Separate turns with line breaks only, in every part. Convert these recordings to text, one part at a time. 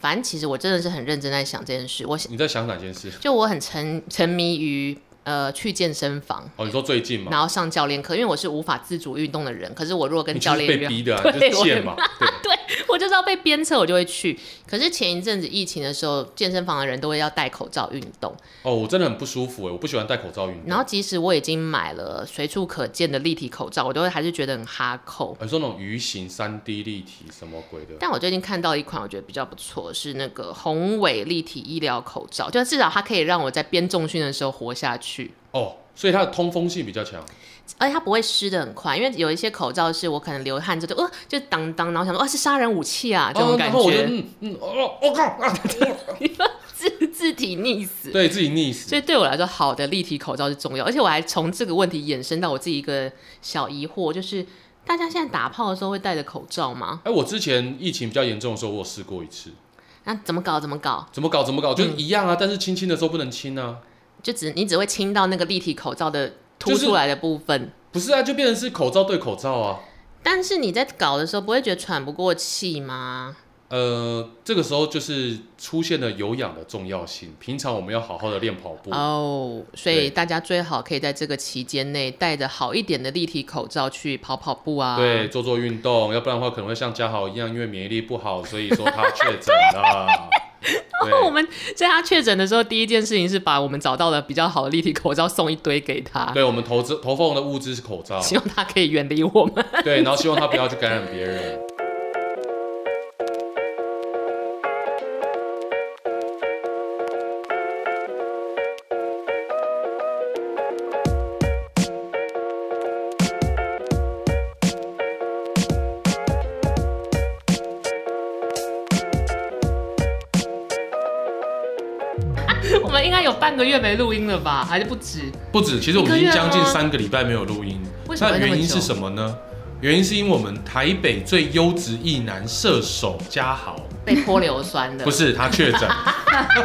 反正其实我真的是很认真在想这件事。我想，
你在想哪件事？
就我很沉沉迷于呃去健身房，
哦，你说最近嘛，
然后上教练课，因为我是无法自主运动的人。可是我如果跟
你
教
就是
练
被
约
逼的啊，
对
就是贱嘛，对，
我就知道被鞭策，我就会去。可是前一阵子疫情的时候，健身房的人都会要戴口罩运动，
哦，我真的很不舒服哎，我不喜欢戴口罩运动。
然后即使我已经买了随处可见的立体口罩，我都会还是觉得很哈扣。
哦你说那种鱼形三 D 立体什么鬼的？
但我最近看到一款我觉得比较不错，是那个宏伟立体医疗口罩，就至少它可以让我在边重训的时候活下去，
哦，所以它的通风性比较强。
而且它不会湿的很快，因为有一些口罩是我可能流汗之后就呃就当当，然后想说哇是杀人武器啊这种
哦
感
然后我就
觉，
嗯嗯，哦，我、靠、啊，
自自体溺死。
对自己溺死
所。以对我来说，好的立体口罩是重要，而且我还从这个问题衍生到我自己一个小疑惑，就是大家现在打炮的时候会戴着口罩吗？
哎，我之前疫情比较严重的时候，我有试过一次，
那怎么搞？怎么搞？
怎么搞怎么搞，
嗯
就是一样啊，但是亲亲的时候不能亲啊，
就只你只会亲到那个立体口罩的凸
就是
出来的部分。
不是啊，就变成是口罩对口罩啊。
但是你在搞的时候，不会觉得喘不过气吗？
呃，这个时候就是出现了有氧的重要性。平常我们要好好的练跑步，
哦所以
对
大家最好可以在这个期间内戴着好一点的立体口罩去跑跑步啊。
对，，做做运动，要不然的话可能会像嘉豪一样，因为免疫力不好，所以说他确诊了。 对，
我们在他确诊的时候，第一件事情是把我们找到的比较好的立体口罩送一堆给他，
对我们投资投放的物资是口 罩，
希望他可以远离我 们。
对，然后希望他不要去感染别人。
我们应该有半个月没录音了吧？还是不止？
不止，其实我们
一
已
个月
经将近
了吗
三个礼拜没有录音
啊为，什么会
那
那么
原因
久
是什么呢？原因是因为我们台北最优质一男射手嘉豪，
被泼硫酸的
不是他确诊，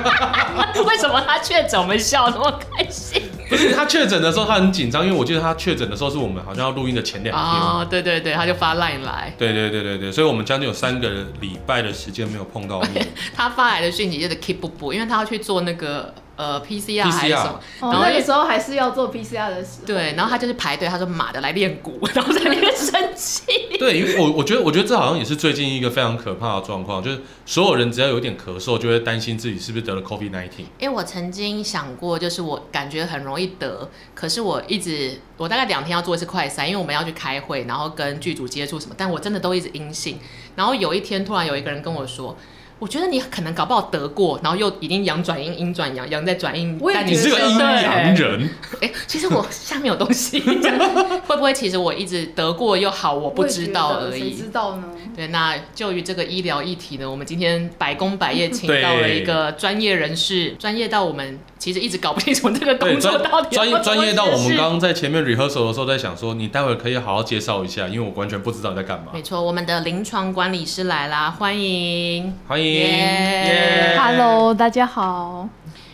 为什么他确诊我们笑那么开 心？
不是他确诊的时候他很紧张，因为我记得他确诊的时候是我们好像要录音的前两天。
哦，对对对，他就发 line 来，
对对对对对，所以我们将近有三个礼拜的时间没有碰到面。
他发来的讯息就是 keep 不不，因为他要去做那个呃 PCR 还是什么
哦，
然后
那个
就
时候还是要做 PCR 的时候，
对，然后他就是排队，他说马的来练鼓， 然后在那边生气。
对，因为我我觉得我觉得这好像也是最近一个非常可怕的状况，就是所有人只要有一点咳嗽，就会担心自己是不是得了 COVID 1 9
因为我曾经想过，就是我感觉很容易得，可是我一直我大概两天要做一次快筛，因为我们要去开会，然后跟剧组接触什么，但我真的都一直阴性。然后有一天突然有一个人跟我说。我觉得你可能搞不好得过，然后又已经阳转阴，阴转阳，阳再转阴。
我也
但
你是个
觉得
阴阳人，
哎、其实我 下面有东西，这样会不会其实我一直得过又好，我
我
不知道而
也觉得谁
已。
知道呢？
对，那就于这个医疗议题呢，我们今天百工百业请到了
对
一个专业人士，专业到我们其实一直搞不清楚这个
对
工作
专
到底要
专业专业到我
怎么
们
解释
刚刚在前面 rehearsal 的时候在想说，你待会儿可以好好介绍一下，因为我完全不知道你在干嘛。
没错，我们的临床管理师来啦，欢迎。
欢迎
耶
耶
Hello，大家好。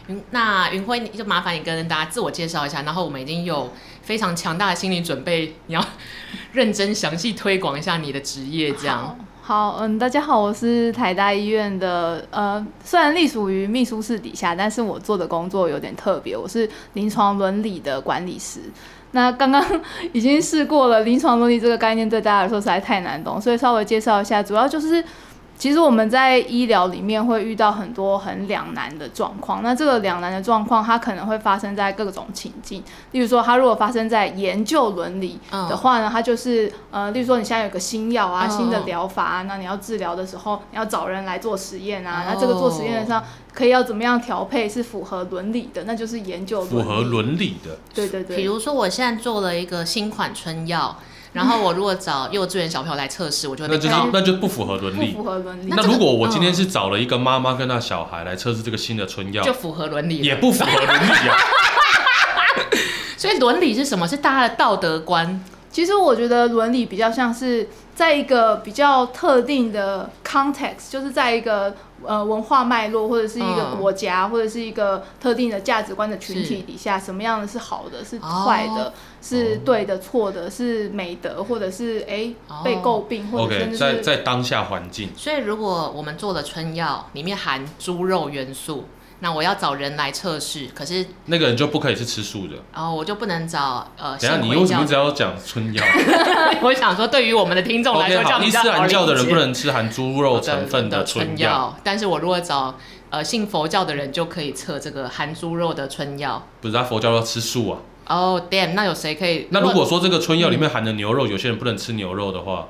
云嗯那云辉，你就麻烦你跟大家自我介绍一下，然后我们已经有非常强大的心理准备，你要 认真详细推广一下你的职业，这样。
好，嗯，大家好，我是台大医院的，呃，虽然隶属于秘书室底下，但是我做的工作有点特别，我是临床伦理的管理师。那刚刚已经试过了，临床伦理这个概念对大家来说实在太难懂，所以稍微介绍一下，主要就是。其实我们在医疗里面会遇到很多很两难的状况，那这个两难的状况，它可能会发生在各种情境，例如说，它如果发生在研究伦理
嗯
的话呢，它就是呃，例如说你现在有个新药啊、
嗯
新的
嗯
疗法啊，那你要治疗的时候，你要找人来做实验啊，
哦
那这个做实验上可以要怎么样调配是符合伦理的，那就是研究
符合
理。
伦理的，
对对对，
比如说，我现在做了一个新款春药，然后我如果找幼稚园小朋友来测试，我就
那
会
就
被
是
告。
那就不符合伦
不
理
符。合伦理。
那如果我今天
嗯
是找了一个妈妈跟她小孩来测试这个新的春药
就，符合伦理
也
了。
不符合伦理啊。
所以伦理是什么？是大家的道德观。
其实我觉得伦理比较像是在一个比较特定的 context，就是在一个呃文化脉络，或者是一个
嗯
国家，或者是一个特定的价值观的群体
是
底下，什么样的是好的，是
哦
坏的，是
哦
对的、错的，是美德，或者是哎、
哦
被诟病，或者
OK，
甚至
在
是
在当下环境，
所以如果我们做的春药里面含猪肉元素，那我要找人来测试，可是
那个人就不可以是吃素的。
然后、哦我就不能找呃
等一下
信
你
回
为什
教
么一直要讲春药
我想说，对于我们的听众来
？OK，
说，这
好，
样
伊
比较
斯
好
兰
理
教的人
解
不能吃含猪肉成分
的
春药，
药，但是我如果找呃信佛教的人，就可以测这个含猪肉的春药。
不是他佛教要吃素啊。
哦、damn，那有谁可以？
那如果说这个春药里面含的牛肉，有些人不能吃牛肉的话，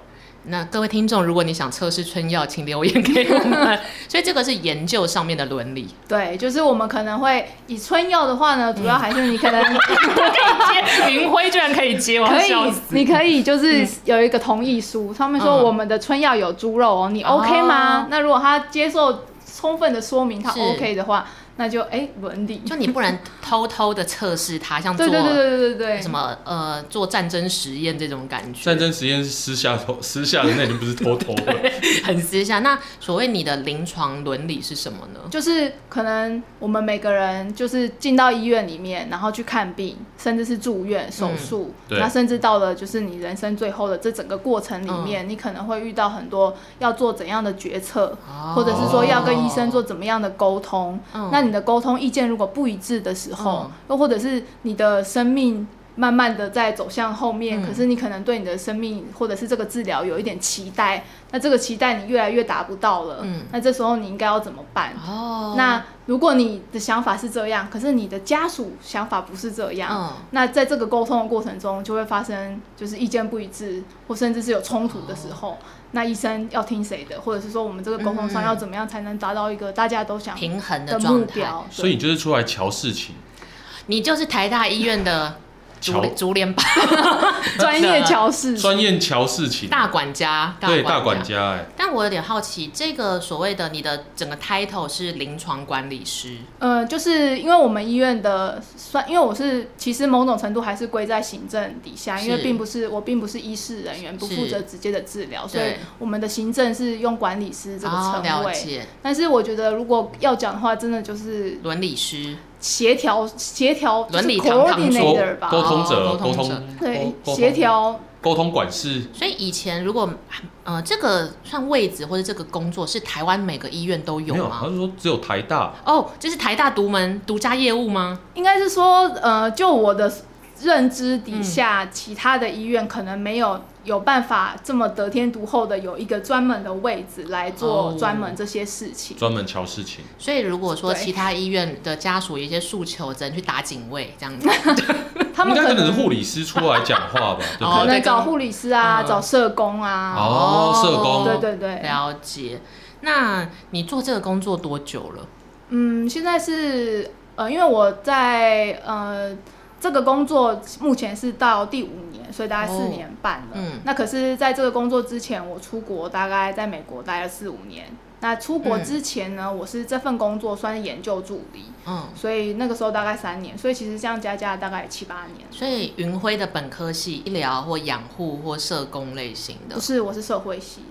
那各位听众，如果你想测试春药，请留言给我们。 所以这个是研究上面的伦理，
对，就是我们可能会以春药的话
嗯
呢，主要还是你可能
云辉居然可以 接，我要
可
笑
以
死，
你可以就是有一个同意书，他们说
嗯
我们的春药有猪肉哦，你 OK 吗？
哦
那如果他接受充分的说明，他
是
OK 的话，那就哎伦理，
就你不能偷偷的测试它，像做
对对对对对对
什
对，
么呃做战争实验这种感觉，
战争实验是私下偷私下的，那已经不是偷偷了。
很私下。那所谓你的临床伦理是什么呢？
就是可能我们每个人就是进到医院里面，然后去看病，甚至是住院手术，
嗯
对
那甚至到了就是你人生最后的这整个过程里
嗯
面，你可能会遇到很多要做怎样的决策，或者是说要跟医生做怎么样的沟通。
嗯
那你的沟通意见如果不一致的时候
嗯，
又、或者是你的生命。慢慢的在走向后面，
嗯
可是你可能对你的生命或者是这个治疗有一点期待，那这个期待你越来越达不到了，
嗯
那这时候你应该要怎么办？
哦，
那如果你的想法是这样，可是你的家属想法不是这样，
嗯
那在这个沟通的过程中，就会发生就是意见不一致，或甚至是有冲突的时
哦
候，那医生要听谁的，或者是说我们这个沟通上
嗯
要怎么样才能达到一个大家都想
平衡的
的目
状态，
标？
所以你就是出来瞧事情，
你就是台大医院的竹
乔
竹联吧，
对专业调试，
专业瞧事情，
大管家，
对大
管
管。家哎、
但我有点好奇，这个所谓的你的整个 title 是临床管理师，
呃，就是因为我们医院的算，因为我是其实某种程度还是归在行政底下，因为
是
并不是我并不是医师人员，不负
是
责直接的治疗，所以
对
我们的行政是用管理师这个
哦
称
了
谓。
解
但是我觉得如果要讲的话，真的就是
伦理师，
协调协调就
伦
是
理堂堂
沟
coordinator 吧，
沟通者，
哦沟
沟
通者
通
对
沟
协调
沟通管事，
所以以前如果呃这个算位置或者这个工作是台湾每个医院都有
没有，
吗
他？是说只有台大，
哦，这是台大独门独家业务吗？
应该是说呃，就我的认知底
嗯
下，其他的医院可能没有。有办法这么得天独厚的有一个专门的位置来做
哦
专门这些事情，
专门瞧事情。
所以如果说
对
其他医院的家属有一些诉求，只能去打警卫这样子。
他
应
们
该
可
可能是
能
护理师出来讲话吧，对
哦
可
不对？
能找护理师啊，
嗯
找社工啊，
哦，社工，
对对对，
了解。那你做这个工作多久了？
嗯，现在是呃，因为我在呃这个工作目前是到第五年，所以大概四
哦
年半了。
嗯
那可是在这个工作之前，我出国大概在美国待了四五年。那出国
嗯
之前呢，我是这份工作算是研究助理，
嗯，
所以那个时候大概三年，所以其实这样加加大概七八年。
所以云辉的本科系医疗或养护或社工类型的
不是，我是社会系。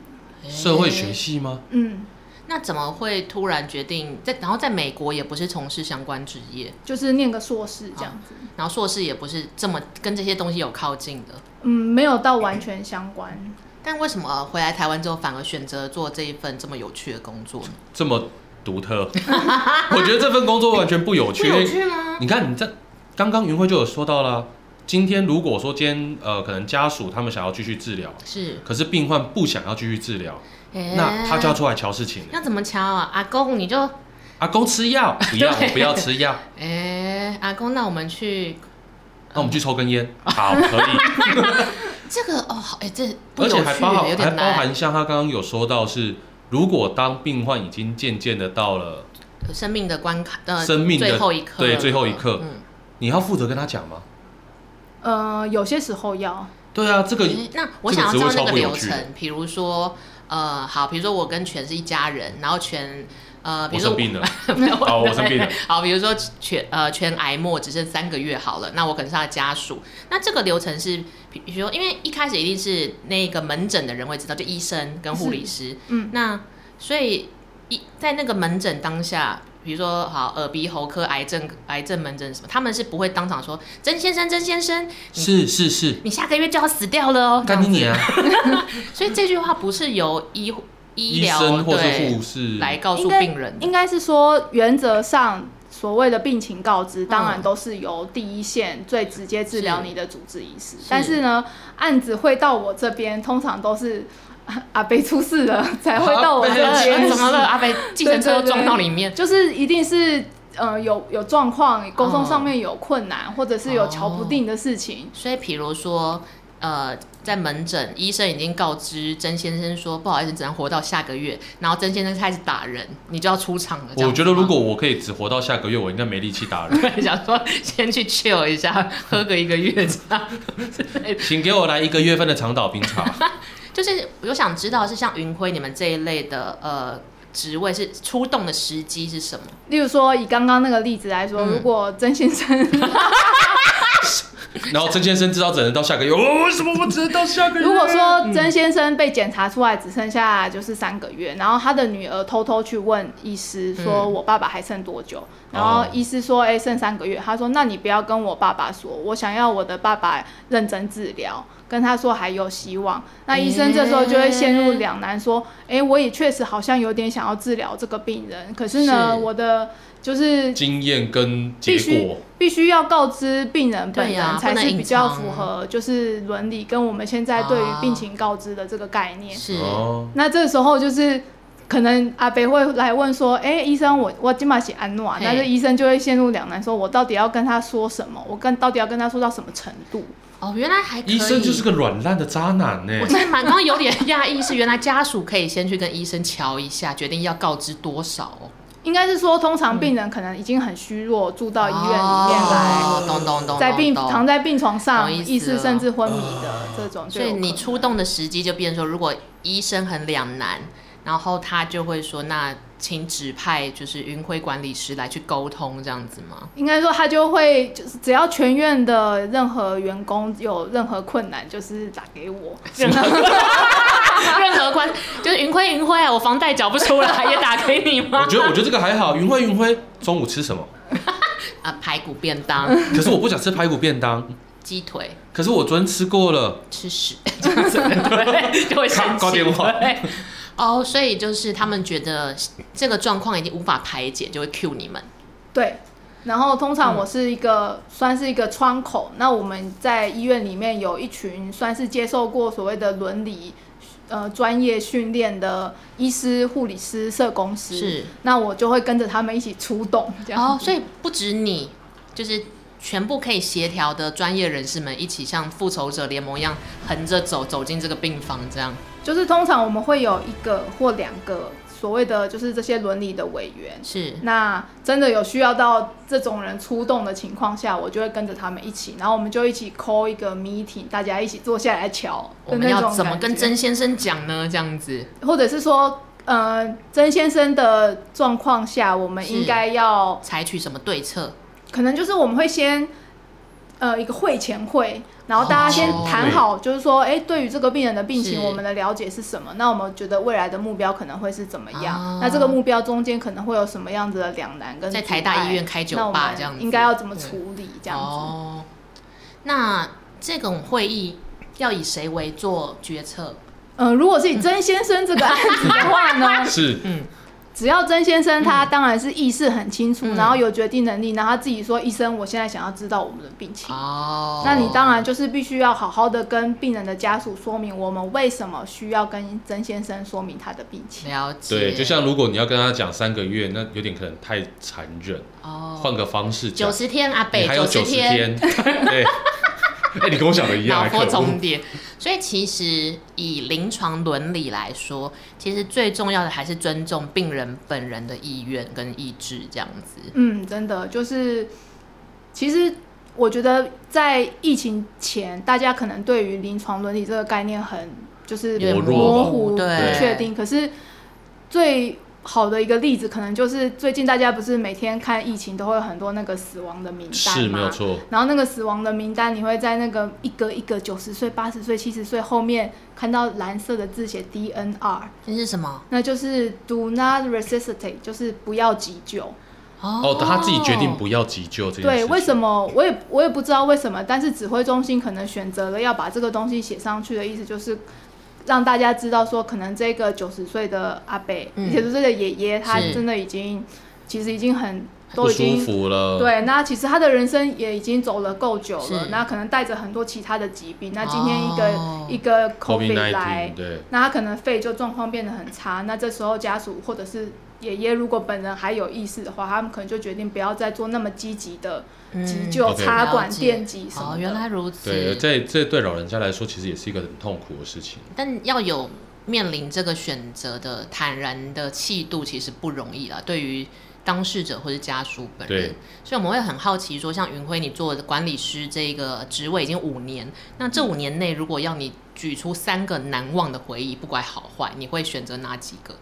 社会学。系吗？
嗯，
那怎么会突然决定在？然后在美国也不是从事相关职业，
就是念个硕士这样子。
然后硕士也不是这么跟这些东西有靠近的。
嗯，没有到完全相关。
但为什么回来台湾之后反而选择做这一份这么有趣的工作呢？
这么独特， 我觉得这份工作完全不有趣。因为
吗？
你看，你这刚刚云辉就有说到啦。今天如果说今天呃，可能家属他们想要继续治疗，
是，
可是病患不想要继续治疗，
哎
那他就要出来瞧事情了。
要怎么敲啊？阿公，你就
阿公吃药，不要，我不要吃药。
哎、阿公，那我们去
那我们去抽根烟，好，可以。
这个哦，好，哎、这 不
而
有
且
趣
还包
有
含还
点
包
难。
含像他刚刚有说到是，如果当病患已经渐渐的到了，
生命的关卡，呃，
生命的
最后一刻，
对最后一刻
嗯，
你要负责跟他讲吗？
呃，有些时候要。
对啊，这个
诶那我想要知
这
道那个
个职位超不有
流
趣
程
的，
比如说，呃，好，比如说我跟全是一家人，然后全，呃，比
我
如说
生病了，
好，
哦我生病了。
好，比如说全呃全癌末只剩三个月好了，那我可能是他的家属，那这个流程是比比如说，因为一开始一定是那个门诊的人会知道，就医生跟护理师，
嗯，
那所以一在那个门诊当下，比如说好耳鼻喉科、癌症、癌症门诊什么，他们是不会当场说曾先生、曾先生，
是是是，
你下个月就要死掉了哦，这
干
样
你
子。
娘！
所以这句话不是由医护医
医
疗
生或是
对
护士
来告诉
应该
病人的，
应该是说原则上。所谓的病情告知，当然
嗯
都是由第一线最直接治疗
是
你的主治医师。但是呢，案子会到我这边，通常都是 啊阿北出事了才会到我
啊
阿
这
伯
对
边。
怎么了？阿北计程车
对对对
撞到里面，
就是一定是呃有有状况，沟通上
哦
面有困难，或者是有瞧不定的事情。
所以比如说。呃，在门诊，医生已经告知曾先生说，不好意思，只能活到下个月。然后曾先生开始打人，你就要出场了。这样
我
子
觉得
吗
如果我可以只活到下个月，我应该没力气 打人。
想说先去 chill 一下，喝个一个月这样。
请给我来一个月份的长岛冰茶。
就是我想知道是像云辉你们这一类的呃职位是出动的时机是什么？
例如说，以刚刚那个例子来说，
嗯
如果曾先生，
然后曾先生知道只能到下个月，哦，为什么我只能到下个月？
如果说曾先生被检查出来只剩下就是三个月，然后他的女儿偷偷去问医师说：“
嗯哦
我爸爸还剩多久？”然后医师说：“哎、剩三个月。”他说：“那你不要跟我爸爸说，我想要我的爸爸认真治疗。”跟他说还有希望，那医生这时候就会陷入两难，说：“哎、我也确实好像有点想要治疗这个病人，可是呢，
是
我的就是
经验跟
必
结
须
果，
必须要告知病人本
对
人，
呀
才是比较
不能隐藏
符合就是伦理跟我们现在对于病情告知的这个概念。
是、
哦，
那这时候就是。可能阿北会来问说：“哎、医生我，我今晚写安诺，
嘿
但是医生就会陷入两难，说我到底要跟他说什么？我跟到底要跟他说到什么程度？
哦，原来还可以。
医生就是个软烂的渣男呢
我。现在蛮刚刚有点讶异，是原来家属可以先去跟医生瞧一下，决定要告知多少哦。
应该是说，通常病人可能已经很虚弱，住哦到医院里面来，
哦懂懂懂，
在病
懂懂
躺在病床上，
懂意思
意识甚至昏迷的这种就
所
有可
以
能。
你出动的时机就变成说，如果医生很两难，然后他就会说，那请指派就是云辉管理师来去沟通这样子吗？
应该说他就会就是只要全院的任何员工有任何困难，就是打给我。
任何任何关就是云辉云辉啊，我房贷缴不出来，也打给你
我
吗？
觉得我觉得这个还好。云辉云辉，中午吃什么？
啊，排骨便当、
可是我不想吃排骨便当，
鸡腿、
可是我昨天吃过了。
吃屎 这样子，对，就会生
挂挂
气。
电话
对哦，所以就是他们觉得这个状况已经无法排解，就会 cue 你们。
对，然后通常我是一个、算是一个窗口。那我们在医院里面有一群算是接受过所谓的伦理呃专业训练的医师、护理师、社工师，
是
那我就会跟着他们一起出动这样。
哦，所以不止你，就是全部可以协调的专业人士们一起像复仇者联盟一样横着走，走进这个病房，这样
就是通常我们会有一个或两个所谓的就是这些伦理的委员。
是
那真的有需要到这种人出动的情况下，我就会跟着他们一起，然后我们就一起 call 一个 meeting，大家一起坐下来瞧
我
的
们
那种
要怎么跟
感
曾先生讲呢？这样子
觉，或者是说，呃，曾先生的状况下，我们
是
应该要，
采取什么对策？
可能就是我们会先。呃，一个会前会，然后大家先
哦
谈好，就是说，哎、对于这个病人的病情，
是
我们的了解是什么？那我们觉得未来的目标可能会是怎么样？
啊
那这个目标中间可能会有什么样子的两难跟
在
阻
台大
碍
医院开酒
那我
吧
们
这样子，
应该要怎么处理这样子？
哦，那这种会议要以谁为做决 策？
嗯，如果是以曾先生这 个案子的话呢，
是
只要曾先生他当然是意识很清楚，
嗯
然后有决定能力，然后他自己说医生，我现在想要知道我们的病情。
哦，
那你当然就是必须要好好的跟病人的家属说明，我们为什么需要跟曾先生说明他的病情。
了解，
对，就像如果你要跟他讲三个月，那有点可能太残忍，
哦，
换个方式讲
九。十天阿
你
北，
还有九
90
十，天， 对。哎，你跟我想的一
脑
样，还可
波
恶
重叠。所以其实以临床伦理来说，其实最重要的还是尊重病人本人的意愿跟意志，这样子。
嗯，真的就是，其实我觉得在疫情前，大家可能对于临床伦理这个概念很就是
有点
薄弱
模糊、
对
不确定，可是最好的一个例子，可能就是最近大家不是每天看疫情都会有很多那个死亡的名单吗？
是没有错。
然后那个死亡的名单，你会在那个一个一个九十岁、八十岁、七十岁后面看到蓝色的字写 DNR，
这是什么？
那就是 Do not resuscitate，就是不要急救。
哦
哦，
他自己决定不要急救这件事
对，
情。
为什么我也我也不知道为什么，但是指挥中心可能选择了要把这个东西写上去的意思就是。让大家知道说，可能这个九十岁的阿伯、
嗯
九十岁的爷爷，他
是
真的已经其实已经很
不
都已
舒
经
服了？，
对，那其实他的人生也已经走了够久了
呃是，
那可能带着很多其他的疾病。那今天一个、
哦
一个
COVID
COVID 来
19，，对，
那他可能肺就状况变得很差。那这时候家属或者是爷爷如果本人还有意识的话，他们可能就决定不要再做那么积极的急救、
OK
插
嗯
管、
了解
电击什么
哦
的。，
原来如此。
对，这这对老人家来说，其实也是一个很痛苦的事情。
但要有面临这个选择的坦然的气度，其实不容易啦。对于当事者或是家属本人
对，
所以我们会很好奇说，像云辉，你做管理师这个职位已经五年，那这五年内，如果要你举出三个难忘的回忆，不管好坏，你会选择哪几个？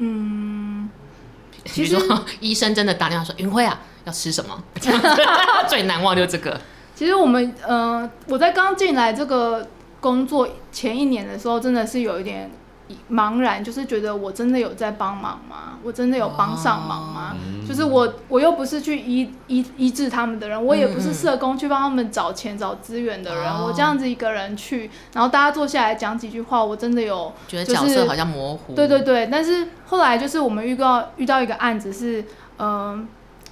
嗯，
比
其
如
实
说，医生真的打电话说：“云辉啊，要吃什么？” 最难忘就是这个。
其实我们呃，我在刚进来这个工作前一年的时候，真的是有一点茫然，就是觉得我真的有在帮忙吗？我真的有帮上忙吗？啊
哦
嗯
就是我我又不是去医医医治他们的人，我也不
嗯嗯
是社工去帮他们找钱找资源的人，
哦
我这样子一个人去，然后大家坐下来讲几句话，我真的有
觉得
就是
角色好像模糊。嗯
对对对，但是后来就是我们遇到遇到一个案子是，嗯、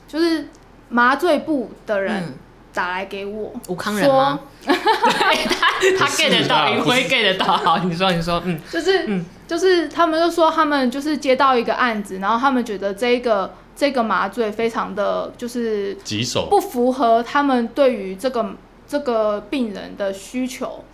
就是麻醉部的人
嗯，
打来给我，
武康人吗？ 对，他他
不是
get
啊
得到，
啦
云辉
不
get 得到。好，你说你说，嗯，
就是、
嗯
就是他们就说他们就是接到一个案子，然后他们觉得这个这个麻醉非常的就是
棘手，
不符合他们对于这个这个病人的需求，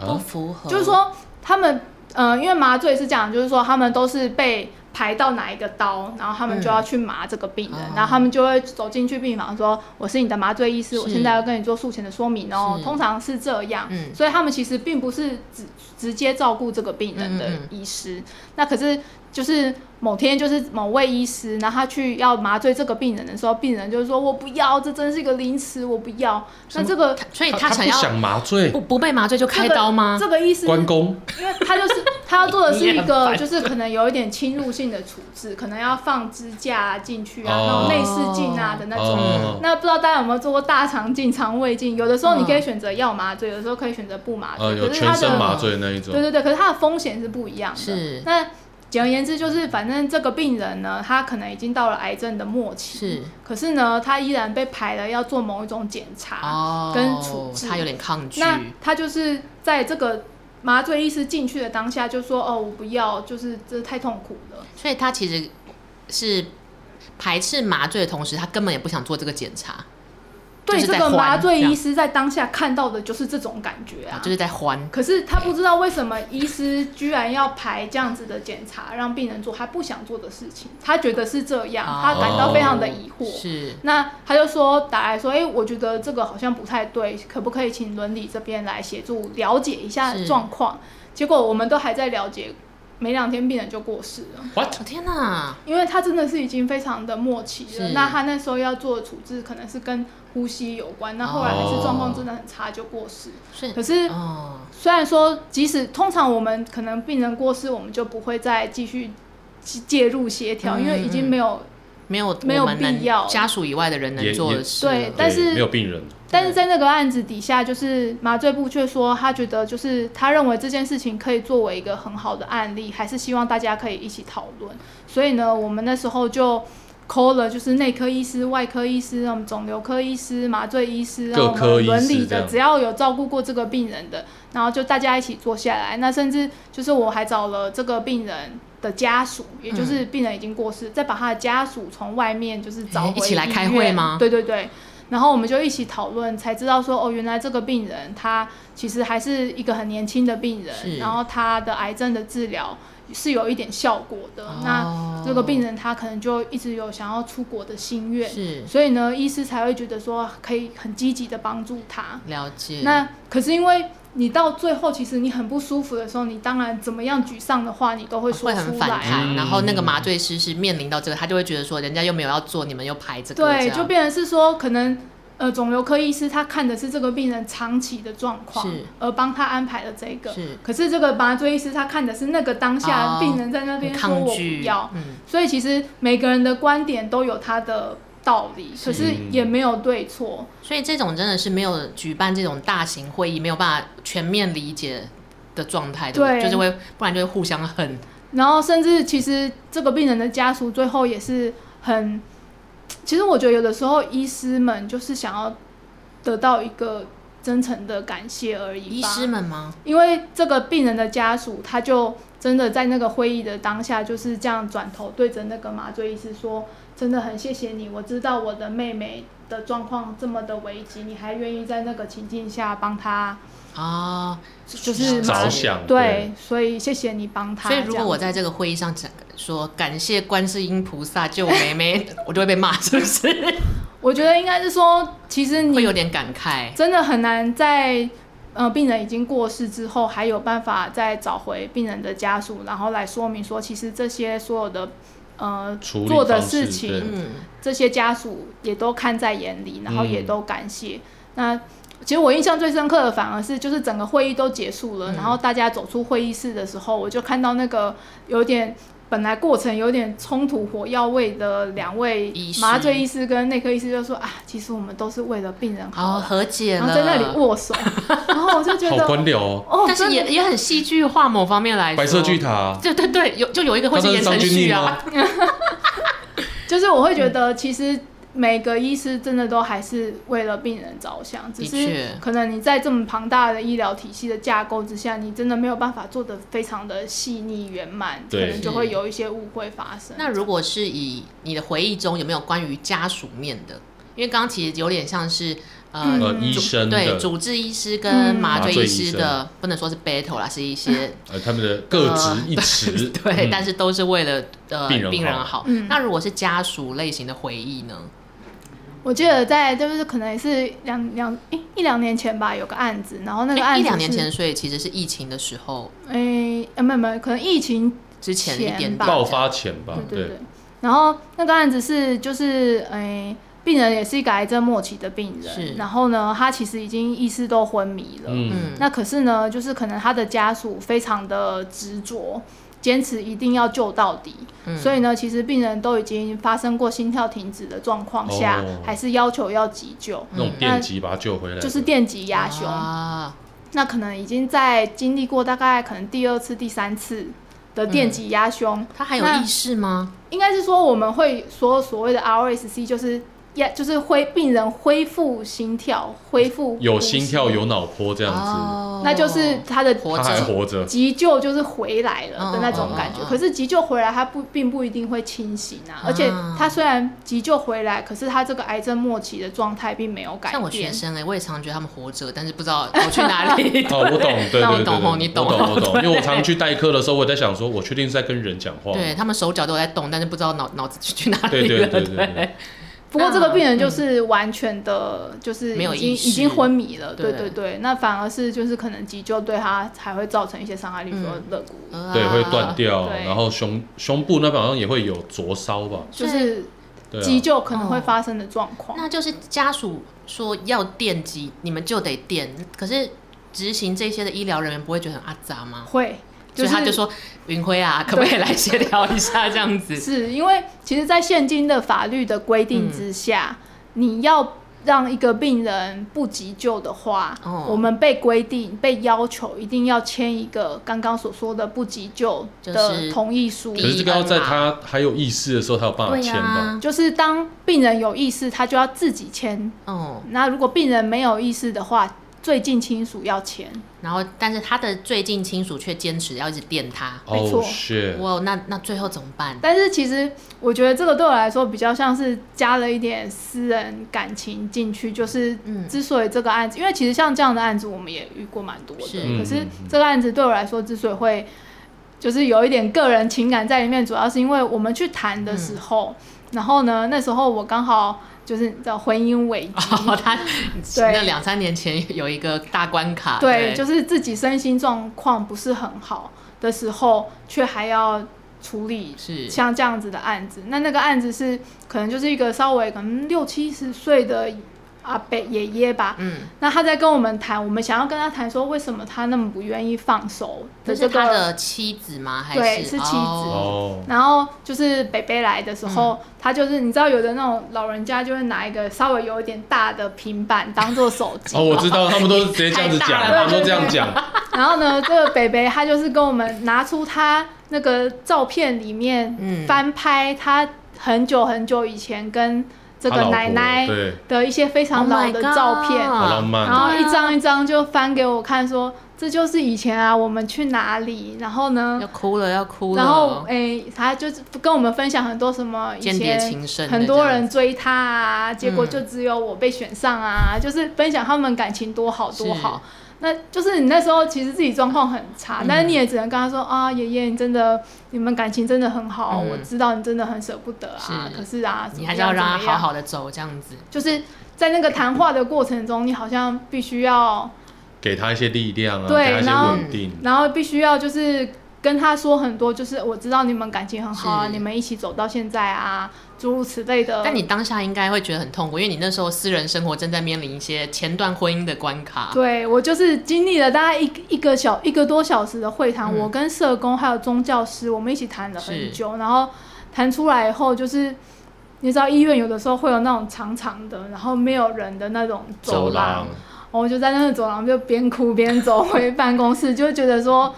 不
啊，
符合，
就是说他们呃，因为麻醉是这样，就是说他们都是被排到哪一个刀，然后他们就要去麻这个病人，
嗯
然后他们就会走进去病房说：“我是你的麻醉医师，
是
我现在要跟你做术前的说明哦。”
是
通常是这样，
嗯
所以他们其实并不是直直接照顾这个病人的
嗯嗯
医师，那可是就是某天就是某位医师，然后他去要麻醉这个病人的时候，病人就是说：“我不要，这真是一个凌迟，我不要。”那这个
他，所以
他
想
不
要
想麻醉
不不被麻醉就开刀吗？
这个医师
关公，
因为 他就是他要做的是
你
一
很
个，
烦
就是可能有一点侵入性的处置，可能要放支架啊进去啊，
哦
那种内视镜啊的那种。
哦，
那不知道大家有没有做过大肠镜、肠胃镜？有的时候你
嗯
可以选择要麻醉，有的时候可以选择不麻
呃，
醉。
有
可是
全
它
身
的
麻醉那一种
对，对对，可是它的风险是不一样的。
是
那简而言之，就是反正这个病人呢，他可能已经到了癌症的末期，
是
可是呢，他依然被排了要做某一种检查。
哦，
啊跟处置
他有点抗拒，
那他就是在这个麻醉医师进去的当下就说：“哦，我不要，就是这太痛苦了。
所以他其实是排斥麻醉的同时，他根本也不想做这个检查，”
对
就是
这
在啊
个
还
麻醉
这样
医师在当下看到的就是这种感觉啊，
就是在欢。
可是他不知道为什么医师居然要排这样子的检查，让病人做他不想做的事情，他觉得是这样，他感到非常的疑惑。
哦是
那他就说打来说，哎、我觉得这个好像不太对，可不可以请伦理这边来协助了解一下
是
状况？结果我们都还在了解，没两天病人就过世了，
，what？
哦天哪，
因为他真的是已经非常的末期了。
是
那他那时候要做的处置可能是跟呼吸有关，那后来
哦
还是状况真的很差就过世。
所以
可是
哦，
虽然说，即使通常我们可能病人过世，我们就不会再继续介介入协调，
嗯
因为已经没有
没有
没有
我们能
必要
家属以外的人能
也
做的
也
事了。
对但是
对没有病人，
但是在那个案子底下，就是麻醉部却说，他觉得就是他认为这件事情可以作为一个很好的案例，还是希望大家可以一起讨论。所以呢，我们那时候就 call 了，就是内科医师、外科医师、我们肿瘤科医师、麻醉医师，然
各
后我
科
们
医师
伦理
这
的，
样
只要有照顾过这个病人的，然后就大家一起坐下来。那甚至就是我还找了这个病人。的家属，也
嗯
就是病人已经过世，再把他的家属从外面就是找
哎
回
一起来
医
开会
院
吗
对对对，然后我们就一起讨论，才知道说哦，原来这个病人他其实还是一个很年轻的病
是
人，然后他的癌症的治疗是有一点效果的。
哦
那这个病人他可能就一直有想要出国的心愿，
是
所以呢，医师才会觉得说可以很积极的帮助他。
了解。
那可是因为你到最后，其实你很不舒服的时候，你当然怎么样沮丧的话，你都会说
啊会很
出
反
来。啊
弹，
嗯
然后那个麻醉师是面临到这个，他就会觉得说，人家又没有要做，你们又排这个，这
对，
样
就变成是说，可能呃，肿瘤科医师他看的是这个病人长期的状况
是，
而帮他安排了这个。
是
可是这个麻醉医师他看的是那个当
哦
下病人在那
很
边说
抗
我
拒
不要，，
嗯，
所以其实每个人的观点都有他的道理，可是也没有对错。
所以这种真的是没有举办这种大型会议，没有办法全面理解的状态，对不对，
对
就是会不然就会互相恨，
然后甚至其实这个病人的家属最后也是很，其实我觉得有的时候医师们就是想要得到一个真诚的感谢而已吧。
医师们吗？
因为这个病人的家属，他就真的在那个会议的当下，就是这样转头对着那个麻醉医师说：“真的很谢谢你，我知道我的妹妹的状况这么的危急，你还愿意在那个情境下帮她，
哦，
就是麻
着想
对，所以谢谢你帮她。”
所以如果我
这样
在这个会议上讲说感谢观世音菩萨救我妹妹， 我就会被骂，是不是？
我觉得应该是说，其实
会
你
有点感慨。
真的很难在呃病人已经过世之后，还有办法再找回病人的家属，然后来说明说，其实这些所有的呃
处理
做的
方式
事情
对，
嗯，
这些家属也都看在眼里，然后也
嗯
都感谢。那其实我印象最深刻的反而是，就是整个会议都结束
嗯
了，然后大家走出会议室的时候，我就看到那个有点本来过程有点冲突火药味的两位
医师
麻醉医师跟内科医师就说啊，其实我们都是为了病人好
好
啦，
和解
然后
了，
在那里 握手，然后我就觉
好
得
官僚哦，
哦，
但是
真的
也也很戏剧化，某方面来说，
白色巨塔啊，
对对对，有就有一个会
他
是言
真的是张
承
钧
旭
甯
啊
吗，？
就是我会觉得，其实每个医师真的都还是为了病人着想，只
的
是
确
可能你在这么庞大的医疗体系的架构之下，你真的没有办法做得非常的细腻圆满，可
对
能就会有一些误会发生。
那如果是以你的回忆中有没有关于家属面的？因为刚刚其实有点像是呃。
嗯
呃，医生
对，
的，
主治医师跟
嗯
麻醉医
麻醉医
师
生
的、不能说是 battle 啦，是一些
呃，他们的 各执一词，
呃
嗯
对，但
是
是都是为了呃
病人好
好。
嗯
那如果是家属类型的回忆呢？
我记得在就是可能也是两两诶一两年前吧，有个案子，然后那个
诶
案子
一两年
是
前，所以其实是疫情的时候
诶，呃没有没有，可能疫情
之前一点
前吧
爆发前吧，
对对对。然后那个案子是就是诶、病人也是一个癌症末期的病
是
人，然后呢，他其实已经意识都昏迷了。
嗯，
那可是呢，就是可能他的家属非常的执着，坚持一定要救到底。所以呢，其实病人都已经发生过心跳停止的状况下，
哦嗯
还是要求要急救，
那种电击把他救回来的，
就是电击压胸。
啊，
那可能已经在经历过大概可能第二次、第三次的电击压胸，
他还有
那
意识吗？
应该是说我们会说所谓的 RSC，就是呀，就是恢病人恢复心跳，恢复
有
呼吸
心跳，有脑波这样子，
哦
那就是他的
活
他还
着
活 着，
急救就是回来
哦
了的那种感
哦
觉
哦。
可是急救回来，他不并不一定会清醒
啊，
啊而且他虽然急救回来，可是他这个癌症末期的状态并没有改
像我学
变。
生哎、我也常觉得他们活着，但是不知 道我去哪里。
哦，我懂，对对
那我
对，对
懂哦你懂
我懂，我
对
懂，因为我常去代课的时候，我在想说，我确定是在跟人讲话，
对他们手脚都在动，但是不知道脑脑子去去哪里
对
了。
对对对对
不过这个病人就是完全的，就是
嗯没有
已经
意
已
识
经昏迷了。
对
对对对，那反而是就是可能急救对他才会造成一些伤害，例如说肋骨
啊
对，会断。掉，
对
然后胸胸部那边好像也会有灼烧吧，
就是
对
急
啊，
救可能会发生的状况。
那就是家属说要电击，你们就得电。可是执行这些的医疗人员不会觉得很阿杂吗？
会，
所以
是
他就说：“云辉啊，可不可以来协调一下这样 子
是因为其实，在现今的法律的规定之下，
嗯
你要让一个病人不急救的话，
哦
我们被规定、被要求一定要签一个刚刚所说的不急救
就是
的同意书。
可是这个要在他还有意识的时候，他有？”办法
对啊
签
呀、
吧，
就是当病人有意识，他就要自己签。
哦，
那如果病人没有意识的话，最近亲属要签。
然后但是他的最近亲属却坚持要一直电他，
没错
哦，是，
哇，那那最后怎么 办？
但是其实我觉得这个对我来说比较像是加了一点私人感情进去，就是
嗯
之所以这个案子，因为其实像这样的案子我们也遇过蛮多的，
是
可是
嗯嗯嗯
这个案子对我来说之所以会就是有一点个人情感在里面，主要是因为我们去谈的时候，
嗯
然后呢，那时候我刚好就是你知道婚姻危机，
哦，他那两三年前有一个大关卡，
对，就是自己身心状况不是很好的时候，却还要处理
是
像这样子的案子。那那个案子是可能就是一个稍微可能六七十岁的阿伯爷爷吧，
嗯，
那他在跟我们谈，我们想要跟他谈说为什么他那么不愿意放手
这
的
是
这
他
个。
的妻子吗？还
对
是
是妻子
哦
哦，
然后就是北北来的时候，他就是你知道有的那种老人家就会拿一个稍微有一点大的平板当做手机，
哦，我知道，他们都是直接这样子讲，
太大
了
他们都这样讲，
然后呢，这个北北他就是跟我们拿出他那个照片里面
嗯
翻拍他很久很久以前跟这
他老
个
婆
奶奶
对，
的一些非常
Oh
老
my
的照片
God
好浪
然
漫，
后一张一张就翻给我看说，这就是以前啊，我们去哪里，然后呢
要，哭了，要哭了，
然后哎诶、他就是跟我们分享很多什么以
间谍
前
情深的这样，嗯
很多人追他啊，结果就只有我被选上啊，就是分享他们感情多好多
是
好。那就是你那时候其实自己状况很差，
嗯
但是你也只能跟他说啊，爷爷，你真的你们感情真的很好，
嗯
我知道你真的很舍不得啊，
是
可是啊，
你还是要让他
怎么样
好。好的走，这样子，
就是在那个谈话的过程中，你好像必须要
给他一些力量啊，
对
给他一
然
些
后
稳定，
然后必须要就是跟他说很多，就是我知道你们感情很好啊，
是
你们一起走到现在啊，诸如此类的。
但你当下应该会觉得很痛苦，因为你那时候私人生活正在面临一些前段婚姻的关卡，
对我就是经历了大概一一个小一个多小时的会谈，
嗯
我跟社工还有宗教师，我们一起谈了
是
很久，然后谈出来以后就是。你知道医院有的时候会有那种长长的，然后没有人的那种
走
走
廊
廊，我就在那个走廊就边哭边走回办公室，就觉得说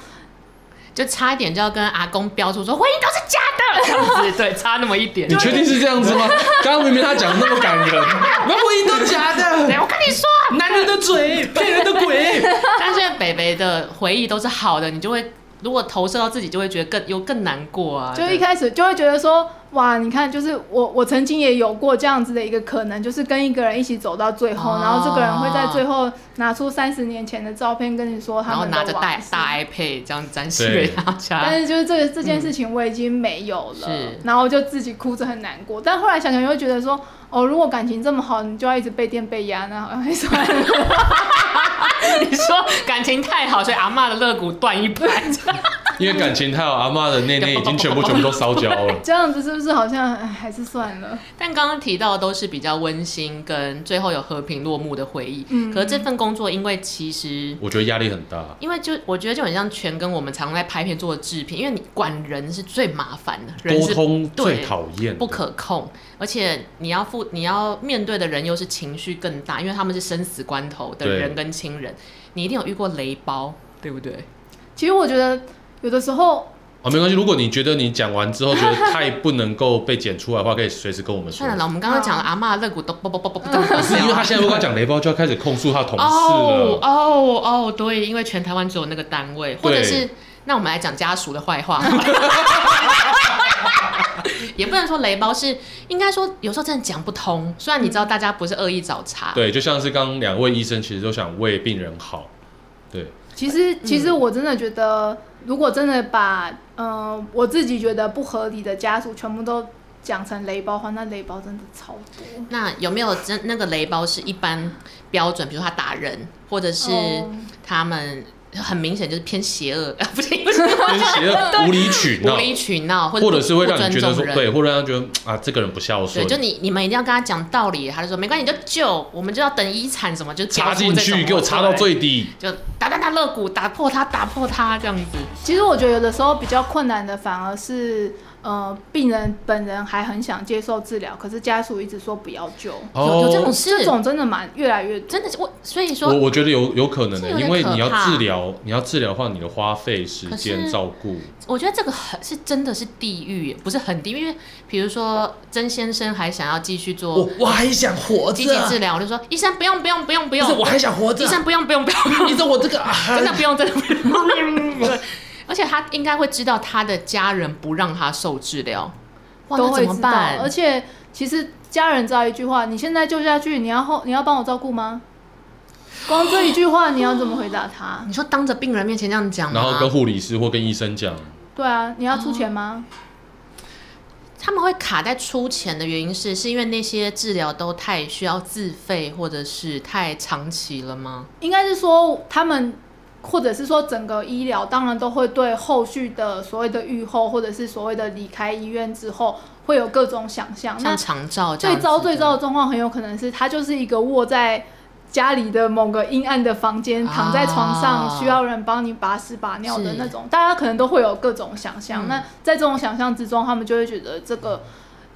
就差一点就要跟阿公标出说婚姻都是假 的，这样子，对，差那么一点
你。确定是这样子吗？刚刚明明他讲的那么感人，那婚姻都假的，
对，我跟你说，
男人的嘴，骗人的鬼。
但是北北的回忆都是好的，你就会如果投射到自己，就会觉得更有更难过啊。
就一开始就会觉得说，哇，你看，就是我我曾经也有过这样子的一个可能，就是跟一个人一起走到最后，
哦
然后这个人会在最后拿出三十年前的照片跟你说
然
他
后
们
拿着
的
大啊
往事。
大 iPad 这样展
对
示给大家，
但是就是这个这件事情我已经没有了，
嗯是
然后就自己哭着很难过。但后来想想又觉得说，哦，如果感情这么好，你就要一直被电被压，那好像也算了。
你说感情太好，所以阿嬷的肋骨断一半，
因为感情太好，阿妈的内内已经全部全部都烧焦了。
这样子是不是好像哎还是算了？
但刚刚提到的都是比较温馨，跟最后有和平落幕的回忆。
嗯
可是这份工作，因为其实。
我觉得压力很大，
因为就我觉得就很像全跟我们常在拍片做的制片，因为你管人是最麻烦的，人
沟
是
通
对
最讨厌的，
不可控，而且你要负你要面对的人又是情绪更大，因为他们是生死关头的
对
人跟亲人，你一定有遇过雷包，对不对？
其实我觉得有的时候
哦，没关系。如果你觉得你讲完之后觉得太不能够被剪出来的话，可以随时跟我们说
算。了啦，我们刚刚讲了阿嬷肋骨都啵啵啵啵啵啵，
可是因为他现在如果讲雷包，就要开始控诉他同事
哦
了。
哦哦，对，因为全台湾只有那个单位，或者
对
是那我们来讲家属的坏 话，也不能说雷包是，应该说有时候真的讲不通。虽然你知道大家不是恶意找茬，
对，就像是刚刚两位医生其实都想为病人好， 对，
其实，其实我真的觉得，如果真的把嗯、呃我自己觉得不合理的家属全部都讲成雷包的话，那雷包真的超多。
那有没有真那个雷包是一般标准？比如说他打人，或者是
哦
他们很明显就是偏邪恶， 啊、不是不是
就是邪恶无理取
无
闹，
理取闹，或者
或者是会让你觉得
不
说
尊重人
对，或者让他觉得啊这个人不孝
对，
顺，
就你你们一定要跟他讲道理，他就说没关系，你就救，我们就要等遗产什么，就
插进去给我插到，最底。
就打断他肋骨，打破他，打破他这样子。
其实我觉得有的时候比较困难的，反而是呃，病人本人还很想接受治疗，可是家属一直说不要救，
有有这种
哦，
事，
这种真的蛮越来越多。
真的是我，所以
我
说
哦我觉得有有可能
这
的、
有点
因为
可
你要
怕
治疗，你要治疗的话，你的花费、时
可
间、
是
照顾，
我觉得这个很是真的是地狱，不是很地狱，因为比如说曾先生还想要继续做
哦我还想活啊
积极治疗，我就说医生不用不用不用不用，
还想活啊
医生不用不用不用， 不用
生我这个啊
真的不用真的不用。对，而且他应该会知道他的家人不让他受治疗，哇，
都
那
会
怎么
知道，
办？
而且其实家人知道一句话：你现在救下去，你要后你要帮我照顾吗？光这一句话，你要怎么回答他？
你说当着病人面前这样讲吗？啊
然后跟护理师或跟医生讲，
对啊，你要出钱吗？
他们会卡在出钱的原因是，是因为那些治疗都太需要自费，或者是太长期了吗？
应该是说他们，或者是说整个医疗，当然都会对后续的所谓的愈后，或者是所谓的离开医院之后，会有各种想象。哦
像
那
长照这样
最
子
糟最
的
糟的状况，很有可能是他就是一个卧在家里的某个阴暗的房间，
啊
躺在床上，需要人帮你把屎把尿的
是
那种。大家可能都会有各种想象。
嗯
那在这种想象之中，他们就会觉得这个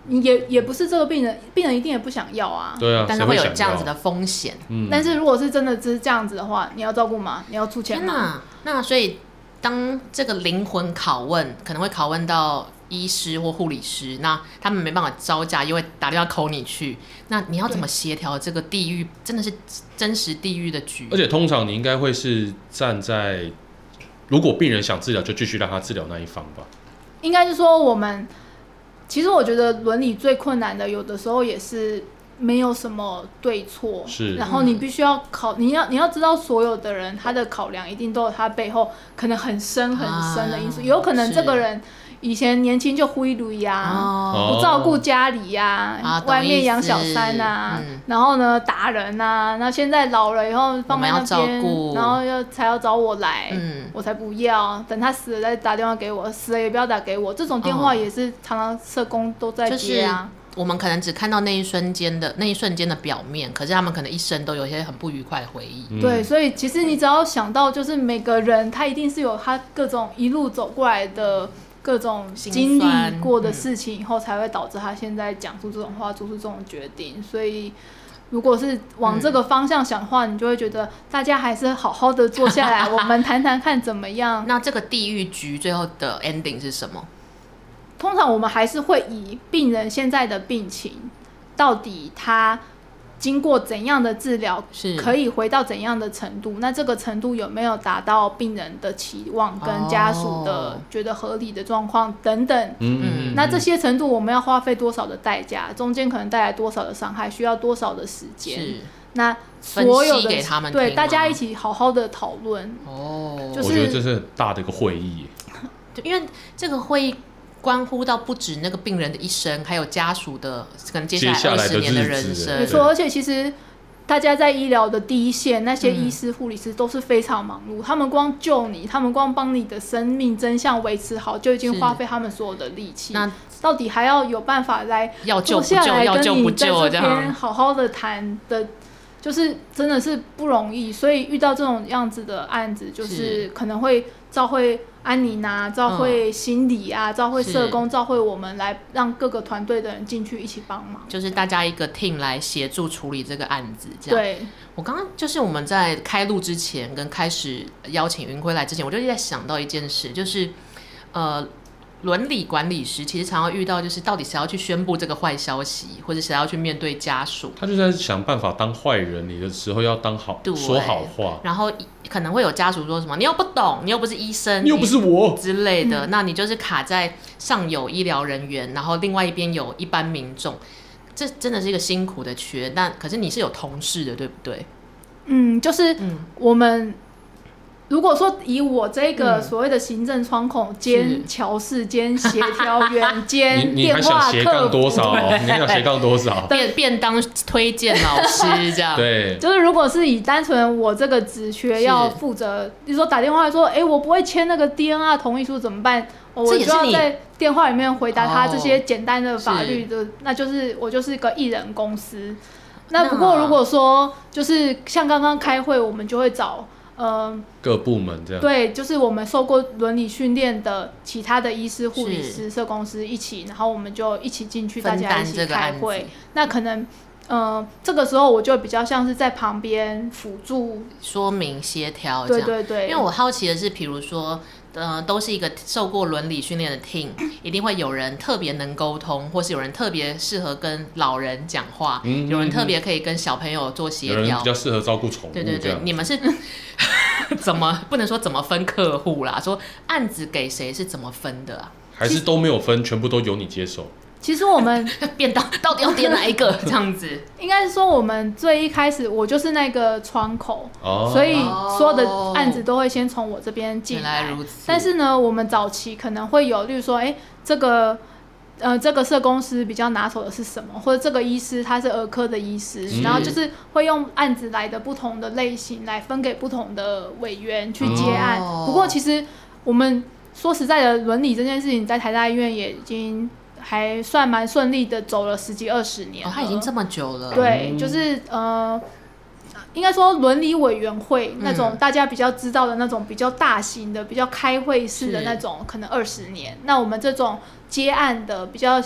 也也不是这个病人，病人一定也不想要啊。
对啊，
但
谁
是会有
想
这样子
要
的，风险。
嗯，
但是如果是真的只是这样子的话，你要照顾吗？你要出钱
天
吗？
哪！那所以当这个灵魂拷问，可能会拷问到医师或护理师，那他们没办法招架，因为打电话扣你去。那你要怎么协调这个地狱？真的是真实地狱的局
而。且通常你应该会是站在，如果病人想治疗，就继续让他治疗那一方吧。
应该是说我们，其实我觉得伦理最困难的，有的时候也是没有什么对错，
是
然后你必须要考，你要你要知道所有的人他的考量一定都有他背后可能很深很深的因素，
啊
有可能
是
这个人以前年轻就挥霍呀。
哦，
哦
不照顾家里呀、
啊懂
外面
意
养
思
小三啊，
嗯
然后呢打人啊，那现在老了以后放在
我们要
那边
照顾，
然后要才要找我来，
嗯，
我才不要，等他死了再打电话给我，死了也不要打给我。这种电话
哦
也是常常社工都在
就是
接啊。
我们可能只看到那一瞬间的那一瞬间的表面，可是他们可能一生都有一些很不愉快的回忆。
嗯
对，所以其实你只要想到，就是每个人他一定是有他各种一路走过来的各种
心
经历
酸
过的
嗯
事情，以后才会导致他现在讲出这种话，做出这种决定。所以。如果是
嗯
往这个方向想的话，你就会觉得大家还是好好的坐 下来，我们谈谈看怎么样。
那这个地狱局最后的 ending 是什么？
通常我们还是会以病人现在的病情，到底他经过怎样的治疗，
是
可以回到怎样的程度？那这个程度有没有达到病人的期望，跟家属的
哦
觉得合理的状况等等？
嗯，嗯
那这些程度我们要花费多少的代价？中间可能带来多少的伤害？需要多少的时间？
是
那所有
分析
的
给他们
对
听
大家
吗
一起好好的讨论，
哦，
就
我觉得
是
这是很大的一个会议耶，
对，因为这个会关乎到不止那个病人的一生，还有家属的可能接
接下
来
来
二
的
十年
日
人
子
生。
对
没错，而且其实大家在医疗的第一线，那些
嗯
医师、护理师都是非常忙碌，他们光救你，他们光帮你的生命真相维持好，就已经
是
花费他们所有的力气。
那
到底还要有办法来
要救
坐
不救，
下来
要救
跟
不
你在
救
这
这
边
样。
好好的谈的，就是真的是不容易。所以遇到这种样子的案子，就是
是
可能会召会安宁啊，召会心理啊，召会社
嗯是
工，召会我们来让各个团队的人进去一起帮忙。
就是大家一个 team 来协助处理这个案子，这样。
对，
我刚刚就是我们在开录之前，跟开始邀请云辉来之前，我就一直在想到一件事，就是呃，伦理管理师其实常常遇到，就是到底谁要去宣布这个坏消息，或者谁要去面对家属，
他就在想办法当坏人，你的时候要当好，
对
说好话，
然后可能会有家属说什么：“你又不懂，你又不是医生，
你又不是嗯我，
之类的，那你就是卡在上有医疗人员，然后另外一边有一般民众，这真的是一个辛苦的缺。但可是你是有同事的，对不对？
嗯，就是
嗯
我们如果说以我这个
嗯
所谓的行政窗 口兼乔事兼协调员
你
兼
你还
电
想
话
斜杠
客
多
服，
少？你还想斜杠多少？
便便当推荐老师这样，
对，
就是如果是以单纯我这个职缺
是
要负责，比如说打电话说，哎、我不会签那个 DNR 同意书怎么办？哦
这
我
也
就是要
你
在电话里面回答他
哦
这些简单的法律
是
的，那就是我就是一个艺人公司。
那
那不过如果说就是像刚刚开会，我们就会找呃
各部门这样，
对，就是我们受过伦理训练的其他的医师、护理
是
师、社工师一起，然后我们就一起进去，大
分
家一
担
起
这个
开
案子
会。，那可能，呃，这个时候我就比较像是在旁边辅助，
说明协调哦这
对
样。
对对，
因为我好奇的是，比如说，呃，都是一个受过伦理训练的 team，一定会有人特别能沟通，或是有人特别适合跟老人讲话，
嗯
有人特别可以跟小朋友做
有
协
人
调
比。较适合照顾宠物
对对
这
对
样，，
你们是 怎么不能说怎么分客户啦？说案子给谁是怎么分的啊？
还是都没有分，全部都由你接手。
其实我们
便当到底要点哪一个 这样 子？
应该是说，我们最一开始我就是那个窗口，
哦，
所以所有的案子都会先从我这边进
原来如此。
但是呢，我们早期可能会有，例如说，哎、这个。呃，这个社公司比较拿手的是什么？或者这个医师他是儿科的医师，
嗯
是
然后就是会用案子来的不同的类型来分给不同的委员去接案。
哦
不过其实我们说实在的，伦理这件事情在台大医院也已经还算蛮顺利的，走了十几二十年
哦
了、，
他已经这么久了，
对，
嗯
就是呃，应该说伦理委员会那种
嗯
大家比较知道的那种比较大型的、比较开会式的
是
那种，可能二十年。那我们这种接案的比较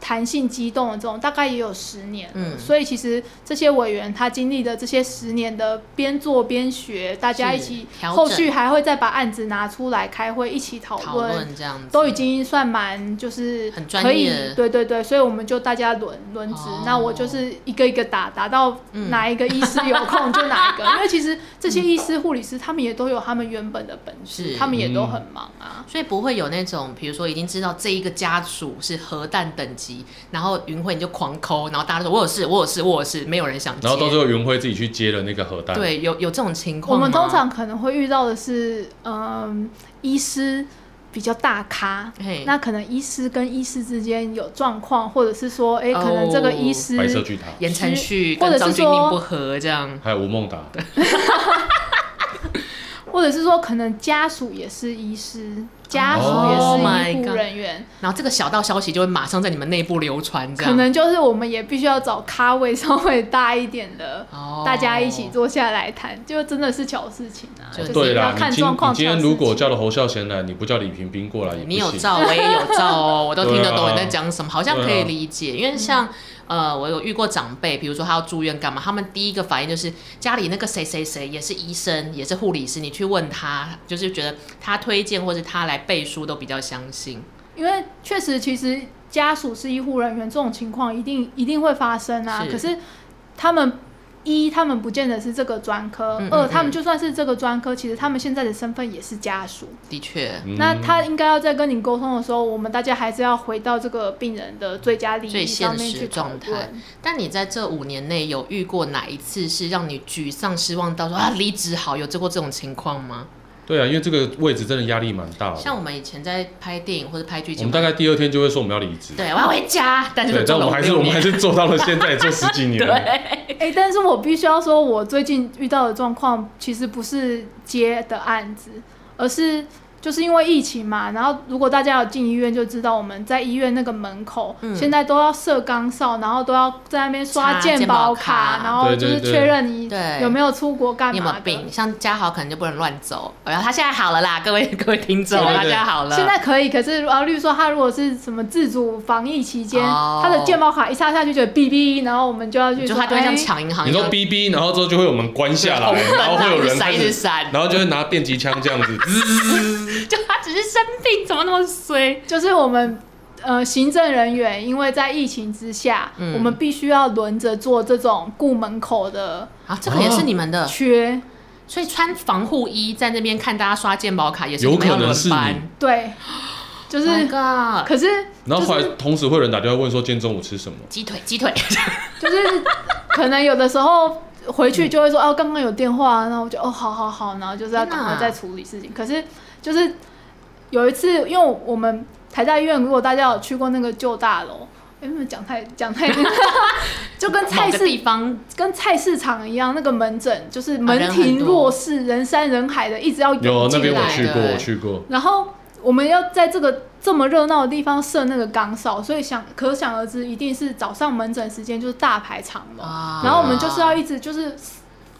弹性机动的这种，大概也有十年了。
嗯
所以其实这些委员他经历的这些十年的边做边学，大家一
是
起
调
后
整
续还会再把案子拿出来开会一起讨
讨
论。
论这样子
都已经算蛮就是
很专
可以
业，
对对对，所以我们就大家轮轮值
哦，
那我就是一个一个打，打到
嗯
哪一个医师有空就 哪一个，因为其实这些医师、护理师他们也都有他们原本的本事
是，
他们也都很忙啊。
所以不会有那种，比如说已经知道这一个家属是核弹等级，然后云慧你就狂抠，然后大家都说我有事，我有事，我有事，没有人想接。
然后到最后云辉自己去接了那个核弹，，
对，有有这种情况
我
吗。
们通常可能会遇到的是，嗯，医师比较大咖。
嘿，
那可能医师跟医师之间有状况，或者是说，哎、可能这个医
哦
师
白色巨塔，
言承旭
或
跟
者是
张钧甯
说
不合这样。
还有吴孟达，
或者是说，可能家属也是医师，家属也
Oh my
是医护
God
人员
然后这个小道消息就会马上在你们内部流传，这样
可能就是我们也必须要找咖位稍微大一点的，
哦
大家一起坐下来谈，就真的是小事情啊，
就
就是是
对啦
要，
你
看
今
状
你
况。
今天
小事
如果
情
叫了侯孝贤来，你不叫李平平过来也不
你有
行。
照，我也有照哦， 我都听得懂
对啊
你在讲什么，好像可
对
以
啊
理解。因为像呃，我有遇过长辈，比如说他要住院干嘛，他们第一个反应就是家里那个谁谁谁也是医生，也是护理师，你去问他，就是觉得他推荐或是他来背书都比较相信。
因为确实，其实家属是医护人员这种情况一定一定会发生啊。
是
可是他们一他们不见得是这个专科，
嗯嗯
二
嗯
他们就算是这个专科，其实他们现在的身份也是家属。
的确，
嗯
那他应该要在跟你沟通的时候，我们大家还是要回到这个病人的最佳利
最
益
现
上面
实
去讨
状态
论。
但你在这五年内有遇过哪一次是让你沮丧、失望到说啊离职好？有过这种情况吗？
对啊，因为这个位置真的压力蛮大的。
像我们以前在拍电影或者拍剧
我
情
们，大概第二天就会说我们要离职，
对，我要回家，但是
对，但
做
我
了
们还是
五六
我们还
年
是做到了现在，也做十几年了。
对。
哎、但是我必须要说，我最近遇到的状况其实不是接的案子，而是就是因为疫情嘛。然后如果大家有进医院，就知道我们在医院那个门口、
嗯
现在都要设岗哨，然后都要在那边刷
查
健
健
保
保
卡，
卡
然后就
对
是
对
确认你
对
有没有出国干
你有没
嘛
有
的。
病？像嘉豪可能就不能乱走，然后他现在好了啦，各位 各位听众，
对对
他
对
现在好了。
现在可以，可是啊，例如说他如果是什么自主防疫期间
哦
他的健保卡一插下去就有哔哔，然后我们就要去
就
说，
他就会像
哎
抢银行
你
一
说
样，
哔哔，然后之后就会有门关下 来，
对
然后会有
一直
人
闪
开
一直
始，
闪，
然后就会拿电击枪这样子，滋
就他只是生病，怎么那么衰？
就是我们呃行政人员，因为在疫情之下，
嗯
我们必须要轮着做这种顾门口的
啊，这个
哦
也是你们的，
缺，
所以穿防护衣在那边看大家刷健保卡也是你们
有
要
可能
轮
是
班，
对，就是
Oh My God，
可是
然后后来
就是
同时会有人打电话问说今天中午吃什么，
鸡腿鸡腿，
就是 可能有的时候。回去就会说哦，刚刚有电话，那我就哦，好好好，然后就是要哦
天
赶
哪
快再处理事
嗯
情。可是就是有一次，因为我们台大医院，如果大家有去过那个旧大楼，哎，没有讲太讲太， 就跟菜
某个
市
地方
跟菜市场一样，那个门诊就是门
啊人很
庭
多
若市，人山人海的，一直要
有
涌
那
进
边我
来。
去过，
对
我去过，
然后我们要在这个这么热闹的地方设那个岗哨，所以想可想而知，一定是早上门诊时间就是大排长龙。
啊
然后我们就是要一直就是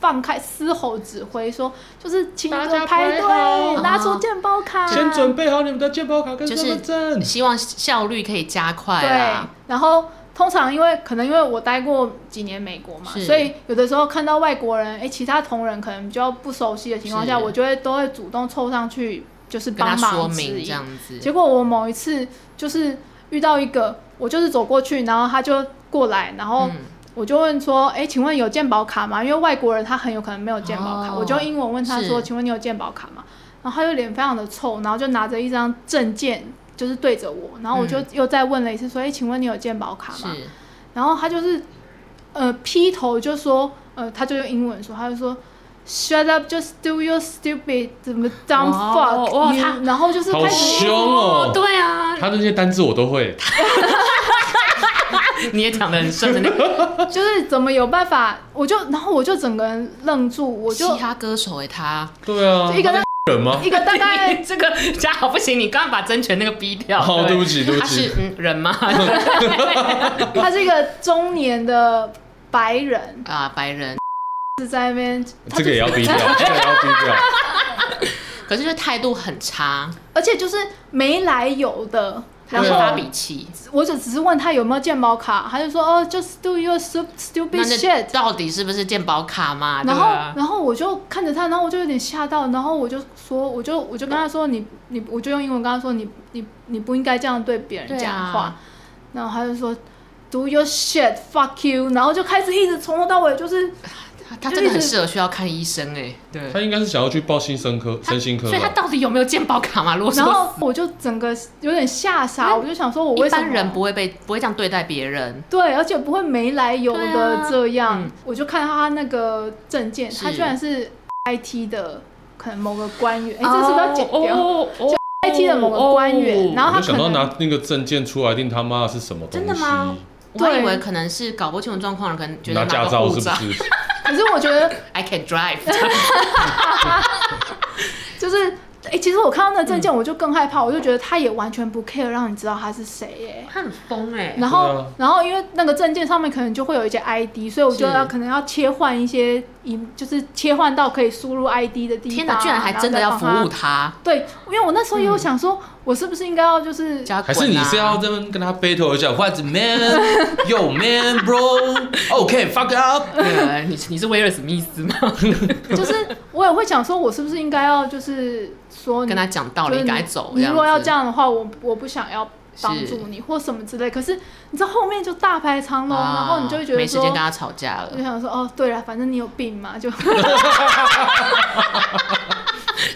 放开嘶吼指挥说，就是请
大
着
家
排
排好
队，拿出健保卡，
先准备好你们的健保卡跟身份证，
希望效率可以加快
对
啦。，
然后通常因为可能因为我待过几年美国嘛，
是
所以有的时候看到外国人，哎，其他同仁可能比较不熟悉的情况下，
是
我就会都会主动凑上去，就是
跟他
帮
说
忙指
明这
引。
样子，
结果我某一次就是遇到一个，我就是走过去，然后他就过来，然后
嗯
我就问说，哎，请问有健保卡吗？因为外国人他很有可能没有健保卡，
哦
我就用英文问他说，
是
请问你有健保卡吗？然后他就脸非常的臭，然后就拿着一张证件就是对着我，然后我就
嗯
又再问了一次说，哎、请问你有健保卡吗？
是
然后他就是呃劈头就说，呃，他就用英文说，他就说。Shut up! Just do your stupid 怎么 dumb
哇
fuck
哇
you
他
然后就是
好
开始
凶哦
对啊，
他那些单字我都会，
你也讲的很顺的那个
就是怎么有办法，我就然后我就整个人愣住，我
嘻
就
哈歌手哎，他
对啊，
一个大
人 吗？
一个大概
这个嘉豪不行，你刚刚把真权那个逼掉。
哦，对不起，对不
他是
起，
嗯人吗？
他是一个中年的白人，
啊，白人，
是在那边，他
这个
就
也要逼掉，这个也要逼掉。
可是就态度很差，
而且就是没来由的，
他
然
会
对
后
啊
发脾气。
我就只是问他有没有健保卡，他就说哦，just do your stu-
那
stupid
那
shit。
到底是不是健保卡嘛？对啊
然后，
吧？
然后我就看着他，然后我就有点吓到，然后我就说，我就我就跟他说，你你，我就用英文跟他说，你你你不应该这样对别人
对啊
讲话。然后他就说，do your shit, fuck you，然后就开始一直从头到尾就是
他他真的很适合需要看医生哎，对
他。应该是想要去报新生科、
他
身心科
所以他
吧？
到底有没有健保卡嘛？如果
然
说
后我就整个有点吓傻，
嗯
我就想说，我为
一
什
般
么
人不会被不会这样对待别人，
对，而且不会没来由
对啊
的这样，
嗯
我就看他那个证件，
是
他居然是 IT 的，可能某个官员，哎、这是不是要剪掉、
哦哦哦
IT 的某个官员，然后
我
他
就想
可
到
能
拿那个证件出来，定他妈是什么东
真
西？
的吗我
对
还以为可能是搞不清楚状况的，可能觉得拿
拿驾
个
照
护
是
照
不是？
可是我觉得
，I can drive，
就是，哎、其实我看到那
嗯
证件我就更害怕，我就觉得他也完全不 care 让你知道他是谁耶、
他很疯哎，
然后，
对啊
然后因为那个证件上面可能就会有一些 ID，所以我觉得
是
要可能要切换一些荧，就是切换到可以输入 ID 的地方。啊
天哪，居然还真的要服
然
务
后再帮他。
他，
对，因为我那时候也
嗯
有想说，我是不是应该要就是
叫他
还
滚
是你是
啊
要这边跟他 battle 一下？What man？Yo man bro？OK，fuck up。
对，你是你是威尔史密斯吗？
就是我也会想说，我是不是应该要就是说你
跟他讲道
嗯就是
理，
你
赶快走。
你如果要这
样
样的话，我我不想要帮助你或什么之类。可是你知道后面就大排长
子，
龙，哦然后
啊
你就会觉得
没时间
说
跟，他吵架
我就
了。
想说哦，对了，反正你有病嘛，就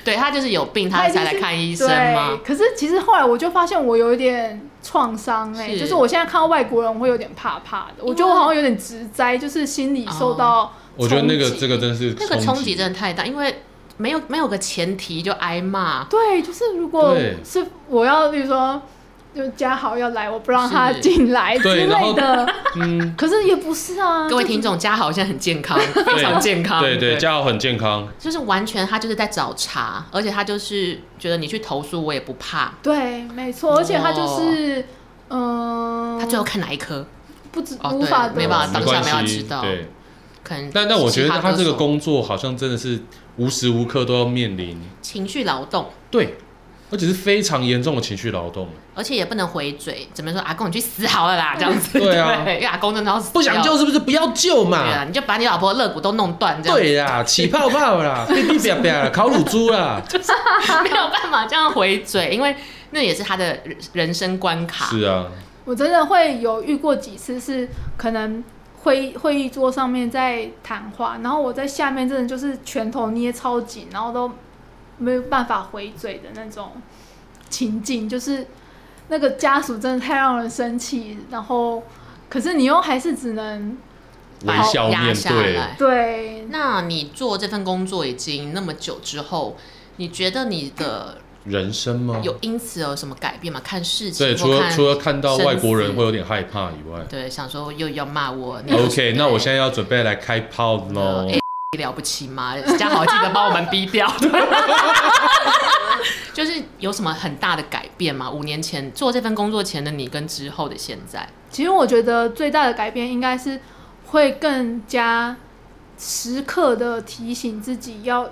对他就是有病，
他
他
已经
才
是
来看 医生嘛
对。。可是其实后来我就发现我有一点创伤哎，
是
就是我现在看到外国人我会有点怕怕的，我觉得我好像有点直栽，就是心
哦
理受到
我觉得那个
冲击
这个真是
那个冲击真的太大，因为没有没有个前提就挨骂。
对，就是如果
对
是我要，比如说，就嘉豪要来，我不让他
是
进来之
对然后
类的。
嗯，
可是也不是啊，
各位
就是
听众，嘉豪现在很健 康，非常健康。
对对，嘉豪很健康，
就是完全他就是在找茬，而且他就是觉得你去投诉我也不怕。
对，没错，而且他
哦
就是，嗯、
他最后看哪一科？
不知、
哦
无法
对
得
没办法
没
当下
关
没办法
系
知道。
对，
可能
但但我觉得
嘻哈
他
歌
这个
手
工作好像真的是无时无刻都要面临，
情绪劳动，
对，而且是非常严重的情绪劳动。
而且也不能回嘴，只能说阿公你去死好了 啦，这样子。
对 啊
因为阿公真的要死
不想
掉
救是不是不要救
对啊，
嘛？
你就把你老婆的肋骨都弄啊断，这样
对啦，起泡泡 啦，哔哔啪啪啦，烤乳猪啦，啊
没有办法这样回嘴，因为那也是他的人人生关卡。
是啊，
我真的会有遇过几次是可能会会议桌上面在谈话，然后我在下面真的就是拳头捏超紧，然后都没有办法回嘴的那种情境，就是那个家属真的太让人生气，然后可是你又还是只能
微笑面对。。
对
那你做这份工作已经那么久之后，你觉得你的
人生吗？
有因此有什么改变吗？看事情或
嗯对，除了
看
除了看到外国人
生死
会有点害怕以外
对想说又要骂我你
，OK，那我现在要准备来开炮喽。
哎了不起吗？嘉豪记得帮我们逼掉。 就是有什么很大的改变吗？五年前做这份工作前的你跟之后的现在，
其实我觉得最大的改变应该是会更加时刻的提醒自己要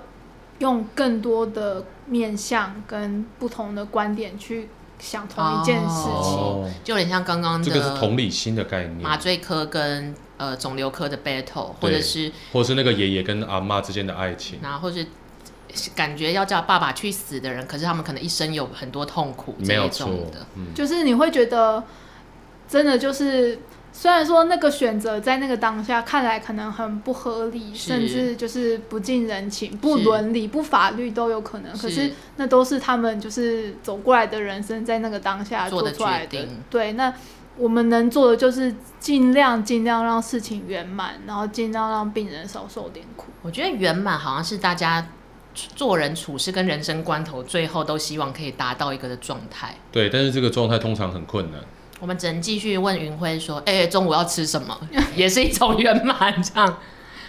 用更多的面向跟不同的观点去想同一件事情。
哦，
就有点像刚刚的
这个是同理心的概念，
麻醉科跟呃肿瘤科的 battle，或
对
者是
或是那个爷爷跟阿妈之间的爱情，
然后或是感觉要叫爸爸去死的人，可是他们可能一生有很多痛苦
没
这
有
一
错
种的。，
嗯，
就是你会觉得真的就是虽然说那个选择在那个当下看来可能很不合理，
是
甚至就是不近人情、不伦理、不法律都有可能，可
是
是那都是他们就是走过来的人生在那个当下
做
做
的
出来
决
的
定。
对，那我们能做的就是尽量尽量让事情圆满，然后尽量让病人少受点苦。
我觉得圆满好像是大家做人处事跟人生关头最后都希望可以达到一个的状态。
对，但是这个状态通常很困难。
我们只能继续问云辉说：“哎、中午要吃什么？”也是一种圆满，这样。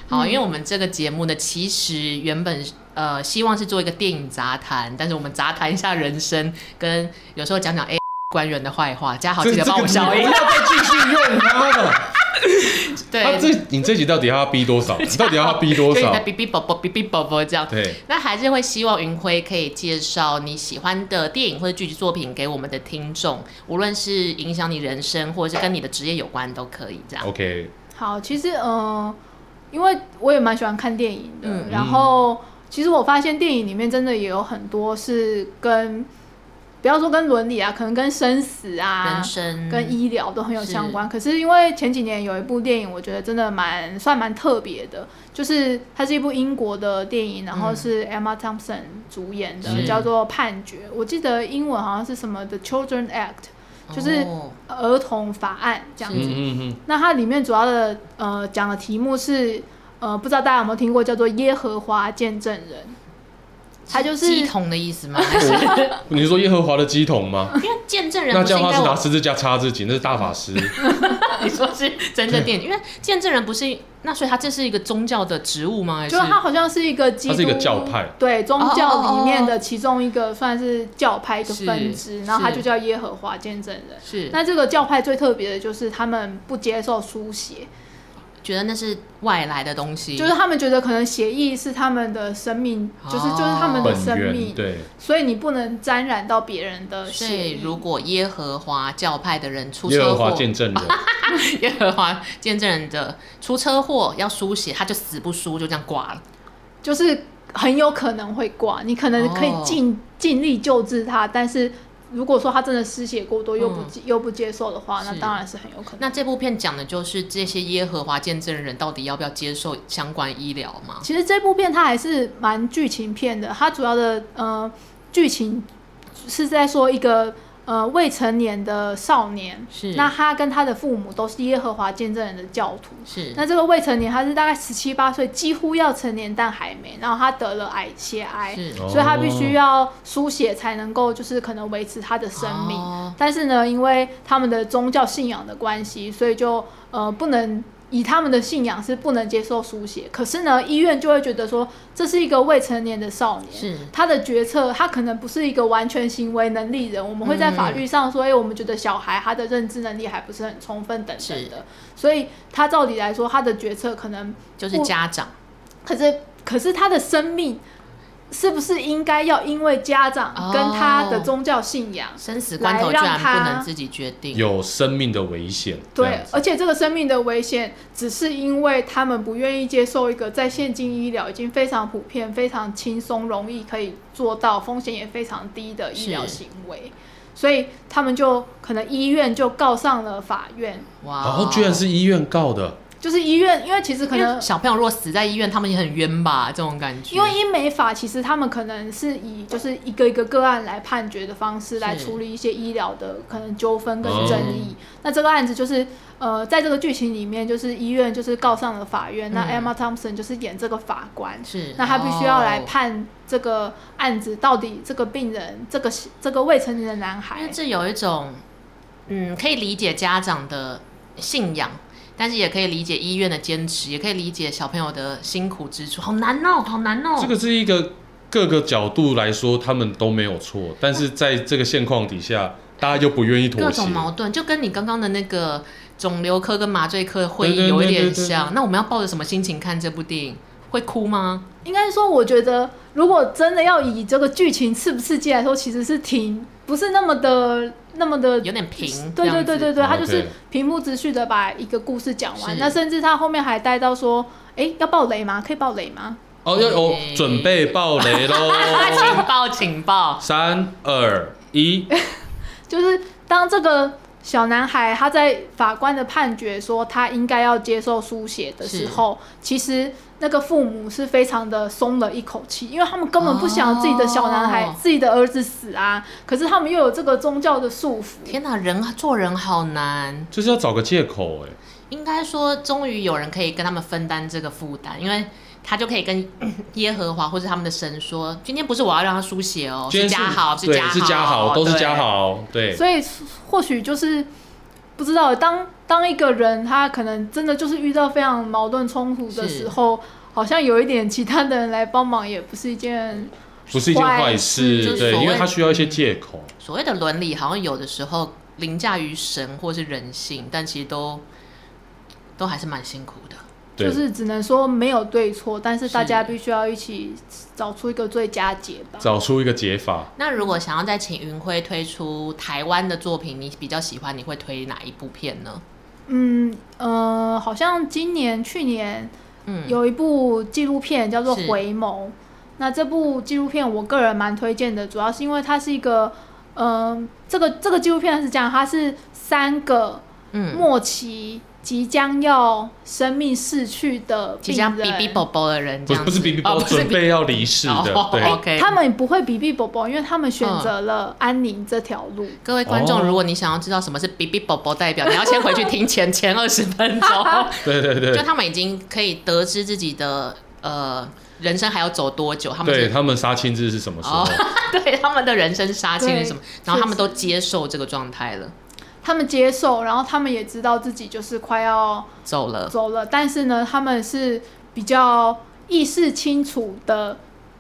好，因为我们这个节目呢，其实原本呃希望是做一个电影杂谈，但是我们杂谈一下人生，跟有时候讲讲 A 官员的坏话。嘉豪记得帮我消音
不。要再继续用它了。他
对，
这你这集到底要逼多少？你到底要逼多
所以 在
少？
哔哔啵啵哔哔啵啵这样。
对，
那还是会希望云辉可以介绍你喜欢的电影或者剧集作品给我们的听众，无论是影响你人生，或者是跟你的职业有关都可以这样。
OK，
好，其实嗯、呃因为我也蛮喜欢看电影的，
嗯
然后其实我发现电影里面真的也有很多是跟不要说跟伦理啊，可能跟生死啊
人、生
跟医疗都很有相关。可是因为前几年有一部电影，我觉得真的蛮算蛮特别的，就是它是一部英国的电影，然后
嗯
是 Emma Thompson 主演的，
是
叫做《判决》。我记得英文好像是什么 The Children Act，就是
哦
儿童法案这样子。
是
嗯 嗯
那它里面主要的呃讲的题目是呃，不知道大家有没有听过叫做耶和华见证人，它就是
鸡桶的意思吗？
嗯，你是说耶和华的鸡桶吗？
因为见证人
那
不是
这样
应
的话
该
是拿
我哦
十字架插自己，那是大法师。
你说是真的电影，因为见证人不是那，所以他这是一个宗教的职务吗？还是
就是它好像是一个基督，
它是一个教派
对宗教里
哦哦
面
哦
的其中一个算是教派一个
是
分支，然后它
是
就叫耶和华见证人。
是
那这个教派最特别的就是他们不接受书写，
觉得那是外来的东西？
就是他们觉得可能协议是他们的生命，就是
哦
就是他们的
本
生
源
命，
对，
所以你不能沾染到别人的
所
协
以
议。
如果耶和华教派的人出
耶
车
和
祸
华，见证人。
耶和华见证人的出车祸要书写，他就死不输，就这样挂了。
就是很有可能会挂，你可能可以
哦
尽、尽力救治他，但是如果说他真的失血过多又不、
嗯
接又不接受的话，那
是
当然是很有可能。
那这部片讲的就是这些耶和华见证人到底要不要接受相关医疗吗？
其实这部片它还是蛮剧情片的，它主要的呃剧情是在说一个呃未成年的少年，
是
那他跟他的父母都是耶和华见证人的教徒，
是
那这个未成年他是大概十七八岁，几乎要成年但还没，然后他得了癌血癌，
是
哦
所以他必须要输血才能够，就是可能维持他的生命。
哦
但是呢，因为他们的宗教信仰的关系，所以就呃不能以他们的信仰是不能接受输血。可是呢，医院就会觉得说这是一个未成年的少年，
是
他的决策，他可能不是一个完全行为能力人，我们会在法律上说，哎、我们觉得小孩他的认知能力还不是很充分等等的，所以他照理来说，他的决策可能
就是
不
家长
可是，可是他的生命是不是应该要因为家长跟他的宗教信仰？
生死关头居然
来
不
让他
能自己决定，
有生命的危险。这
对
样，子
而且这个生命的危险，只是因为他们不愿意接受一个在现今医疗已经非常普遍、非常轻松、容易可以做到、风险也非常低的医疗
是
行为，所以他们就可能医院就告上了法院，
哇
然后居然是医院告的，
就是医院，因为其实可
因为
能
小朋友如果死在医院，他们也很冤吧？这种感觉，
因为英美法其实他们可能是以就是一个一个个案来判决的方式来处理一些医疗的可能纠纷跟争议。那这个案子就是呃，在这个剧情里面，就是医院就是告上了法院，那
嗯
Emma Thompson 就是演这个法官。
是
那他必须要来
哦
判这个案子到底这个病人，这个这个未成年的男
因为
孩，
这有一种，嗯，可以理解家长的信仰，但是也可以理解医院的坚持，也可以理解小朋友的辛苦之处，好难哦，好难哦。
这个是一个各个角度来说，他们都没有错，但是在这个现况底下，大家又不愿意妥
各
协
种。矛盾，就跟你刚刚的那个肿瘤科跟麻醉科的会议
对对
有一
对对
点
对
像。那我们要抱着什么心情看这部电影？会哭吗？
应该说，我觉得如果真的要以这个剧情刺不刺激来说，其实是挺不是那么的那么的
有点平，这
对对
样
对对
子
对，
哦
他就是
，OK
平铺直叙的把一个故事讲完。
是
那甚至他后面还带到说，哎，要爆雷吗？可以爆雷吗？
哦，要哦，
嗯
准备爆雷 喽！
情报情报，
三二一，
就是当这个小男孩他在法官的判决说他应该要接受输血的时候，其实那个父母是非常的松了一口气，因为他们根本不想自己的小男孩、
哦
自己的儿子死啊，可是他们又有这个宗教的束缚。
天哪，人做人好难。
就是要找个借口哎、
应该说，终于有人可以跟他们分担这个负担，因为他就可以跟 耶和华或者他们的神说：“今天不是我要让他书写哦，
今天
家豪，
对，
家豪，
是加好，都是
哦对
加。好，对，
所以或许就是不知道，当当一个人他可能真的就是遇到非常矛盾冲突的时候，好像有一点其他的人来帮忙也不是一件
不是一件坏
坏事就
事，
是
对，
所谓
因为他需要一些借口。”
所谓的伦理，好像有的时候凌驾于神或是人性，但其实都都还是蛮辛苦的。
对，
就是只能说没有对错，但是大家
是
必须要一起找出一个最佳解吧。
找出一个解法。
那如果想要再请云辉推出台湾的作品，你比较喜欢，你会推哪一部片呢？
嗯呃，好像今年去年
嗯，
有一部纪录片叫做
是
《回眸》，那这部纪录片我个人蛮推荐的，主要是因为它是一个，嗯、这个这个纪录片是这样，它是三个
嗯，
末期即将要生命逝去的
即
病
将
人，
哔哔啵啵的人，这样
不是不是
子
比比
哦
包
不是哦
准备要离世的，对，
o k
他们不会比比啵啵，因为他们选
嗯
择了安宁这条路。
各位观众，
哦
如果你想要知道什么是哔哔啵啵代表，你要先回去听前前二十分 钟，
对对
就
对，
他们已经可以得知自己的呃人生还要走多久，他们
对
是
他们杀青日是什么时候
哦？ 对他们的人生杀青是
对
什么，然后他们
确实
都接受这个状态了，
他们接受，然后他们也知道自己就是快要
走了，
走了，但是呢，他们是比较意识清楚的，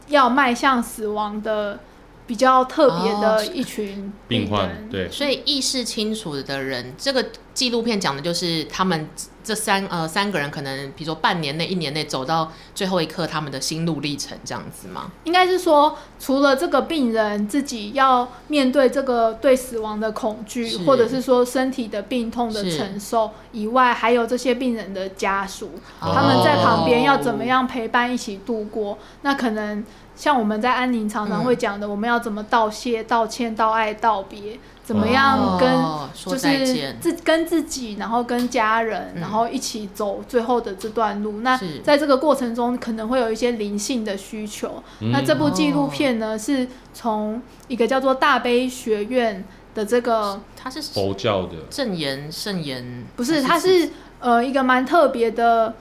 要迈向死亡的比较特别
哦
的一群
病患
人，
对，
所以意识清楚的人，这个纪录片讲的就是他们这三呃三个人可能，比如说半年内、一年内走到最后一刻，他们的心路历程这样子吗？
应该是说，除了这个病人自己要面对这个对死亡的恐惧
是，
或者是说身体的病痛的
是
承受以外，还有这些病人的家属，
哦
他们在旁边要怎么
样？
样陪伴一起度过？那可能像我们在安宁常常会讲的，我们要怎么道谢、道歉、道爱、道别，怎么样跟、
哦说
就
再
是
见
自跟自己，然后跟家人，
嗯
然后一起走最后的这段路。那
是
在这个过程中，可能会有一些灵性的需求。
嗯
嗯
那这部纪录片呢，是从一个叫做大悲学院的这个
他是
佛教的，
正言圣言
不是，它是呃一个蛮特别的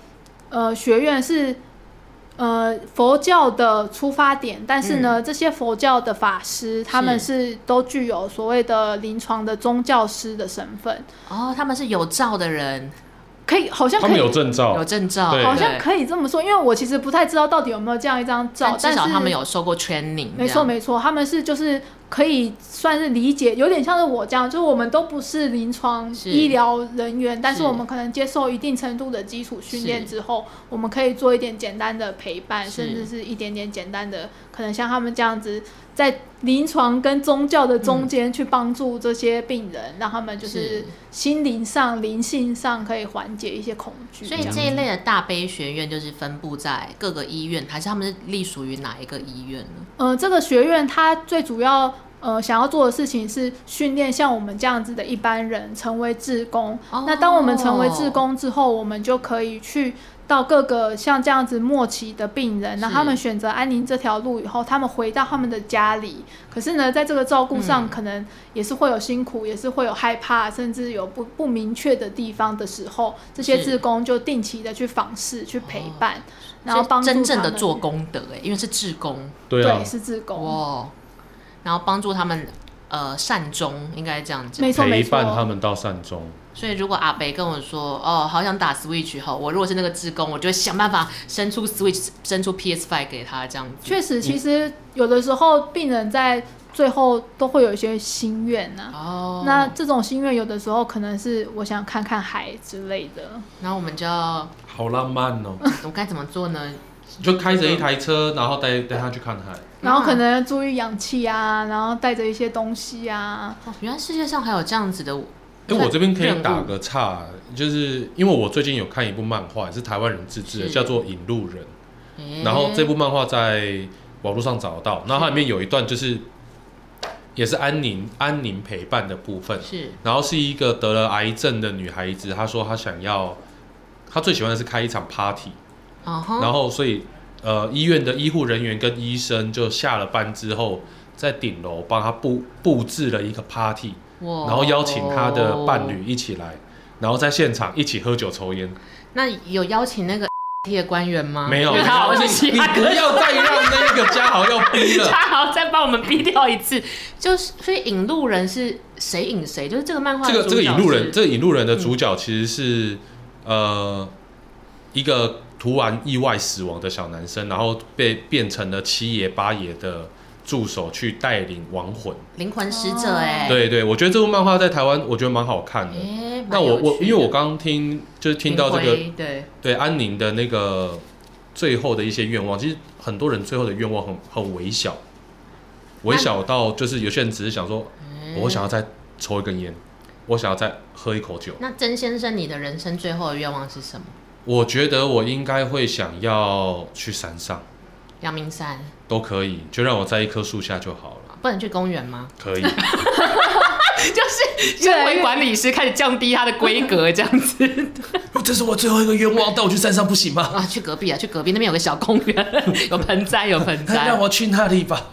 呃学院是。呃，佛教的出发点，但是
嗯
呢，这些佛教的法师，他们是都具有所谓的临床的宗教师的身份，
哦，他们是有照的人，
可以，好像
他
可
们
以
有，证照
有，证照，
哦对
好像
对
可以这么说，因为我其实不太知道到底有没有这样一张照
但，至
但
少
是
他们有受过 training，这
没错
样
没错，他们是就是可以算是理解，有点像是我这样，就是我们都不是临床
是
医疗人员，但
是
是我们可能接受一定程度的基础训练
是
之后，我们可以做一点简单的陪伴，
是
甚至是一点点简单的，可能像他们这样子，在临床跟宗教的中间去帮助这些病人，让他们就是
嗯是
心灵上、灵性上可以缓解一些恐惧。
所以
这样
这一类的大悲学院就是分布在各个医院，还是他们是隶属于哪一个医院呢？
呃，这个学院它最主要呃想要做的事情是训练像我们这样子的一般人成为志工。
哦
那当我们成为志工之后，我们就可以去到各个像这样子末期的病人，那
是
他们选择安宁这条路以后，他们回到他们的家里。可是呢，在这个照顾上，
嗯
可能也是会有辛苦，也是会有害怕，甚至有不不明确的地方的时候，这些
是
志工就定期的去访视、去陪
哦
伴，然后
所以
帮助
真正
他
的
们哦
做功德哎、因为是志工
对啊
对，是志工。
哇，然后帮助他们呃善终，应该这样讲
没。错
陪
没
伴他
错，
们到善终。
所以如果阿北跟我说哦，好想打 Switch 吼，我如果是那个志工，我就会想办法伸出 Switch，伸出 PS Five 给他这样子。
确实，其实有的时候病人在最后都会有一些心愿呐、
哦，
那这种心愿有的时候可能是我想看看海之类的，
然后我们就要，
好浪漫哦！
我该怎么做呢？
就开着一台车，然后带带他去看海。
然后可能要注意氧气啊，然后带着一些东西啊。
哦，原来世界上还有这样子的任务。
哎、我这边可以打个岔，就是因为我最近有看一部漫画，也是台湾人自制的，
嗯
是
叫做《引路人》。
诶，
然后这部漫画在网络上找得到，然后它里面有一段就是也是安宁安宁陪伴的部分。
是
然后是一个得了癌症的女孩子，她说她想要，她最喜欢的是开一场 party，、
嗯哼，
然后所以呃医院的医护人员跟医生就下了班之后，在顶楼帮她布布置了一个 party，
哇
然后邀请她的伴侣。一起来，然后在现场一起喝酒抽烟。
那有邀请那个 T 的官员吗？
没有，
因
你
为他啊 好像是其
你你
他
不要再让那个嘉豪要 逼了。
他好像再帮我们逼掉一次，就是所以引路人是谁引谁，就是这个漫画
这
的
个这个
主角
引路人，
是嗯
这个引路人的主角其实是、呃一个突然意外死亡的小男生，然后被变成了七爷八爷的助手去带领亡魂。
灵魂使者哎、
对对，我觉得这部漫画在台湾我觉得蛮好看的。
哎，
那我我因为我
刚
刚刚听就是听到这个
对
对安宁的那个最后的一些愿望，其实很多人最后的愿望很很微小，微小到就是有些人只是想说，
嗯
我想要再抽一根烟，我想要再喝一口酒。
那曾先生，你的人生最后的愿望是什么？
我觉得我应该会想要去山上，
阳明山，
都可以，就让我在一棵树下就好了。
不能去公园吗？
可以，
就是
越来越
管理师开始降低他的规格，这样子
这是我最后一个愿望，带我去山上不行吗？
啊，去隔壁啊，去隔壁那边有个小公园，有盆栽，有盆 栽。
我去那里吧。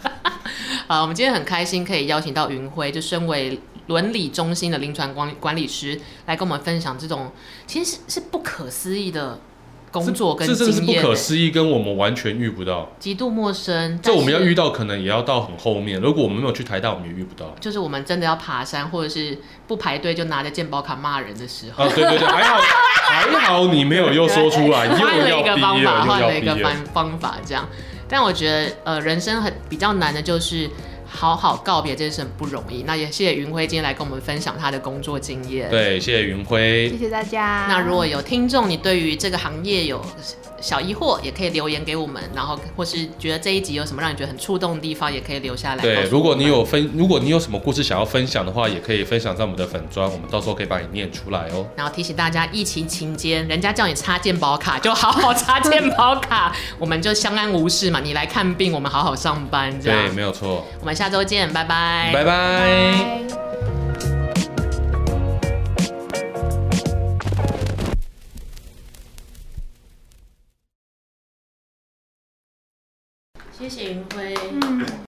好，我们今天很开心可以邀请到云辉，就身为伦理中心的临床管理管理师，来跟我们分享这种其实是是不可思议的 工作跟
这真的是
经
不
验欸
可，思议，跟我们完全遇不到。
极度陌生。
这我们要遇
到，
到，可能也要到很后面。如果我们没有去台大，我们也遇不 到。
就是我们真的要爬山，或者是不排队就拿着健保卡骂人的时候。
啊，对对对，还好还好你没有又说出来，
换
又
了
要
一个
毕
方
业
法，
了，
换
又
了
要
一
毕
个
业
方
了。
方法这样。但我觉得，呃，人生很比较难的就是好好告别，真是很不容易。那也谢谢云辉今天来跟我们分享他的工作经验。。
对，谢谢云辉
谢。谢大家。
那如果有听众，你对于这个行业有小疑惑，也可以留言给我们，然后或是觉得这一集有什么让你觉得很触动的地方，也可以留下来告诉我
对，
们。
如果你有分，如果你有什么故事想要分享的话，也可以分享在我们的粉砖，我们到时候可以把你念出来哦。
然后提醒大家，疫情期间，人家叫你插健保卡，就好好插健保卡，我们就相安无事嘛。你来看病，我们好好上班，这样
对，。没有错。
我们下周见，拜啊拜，
拜拜。
拜。
谢谢云辉。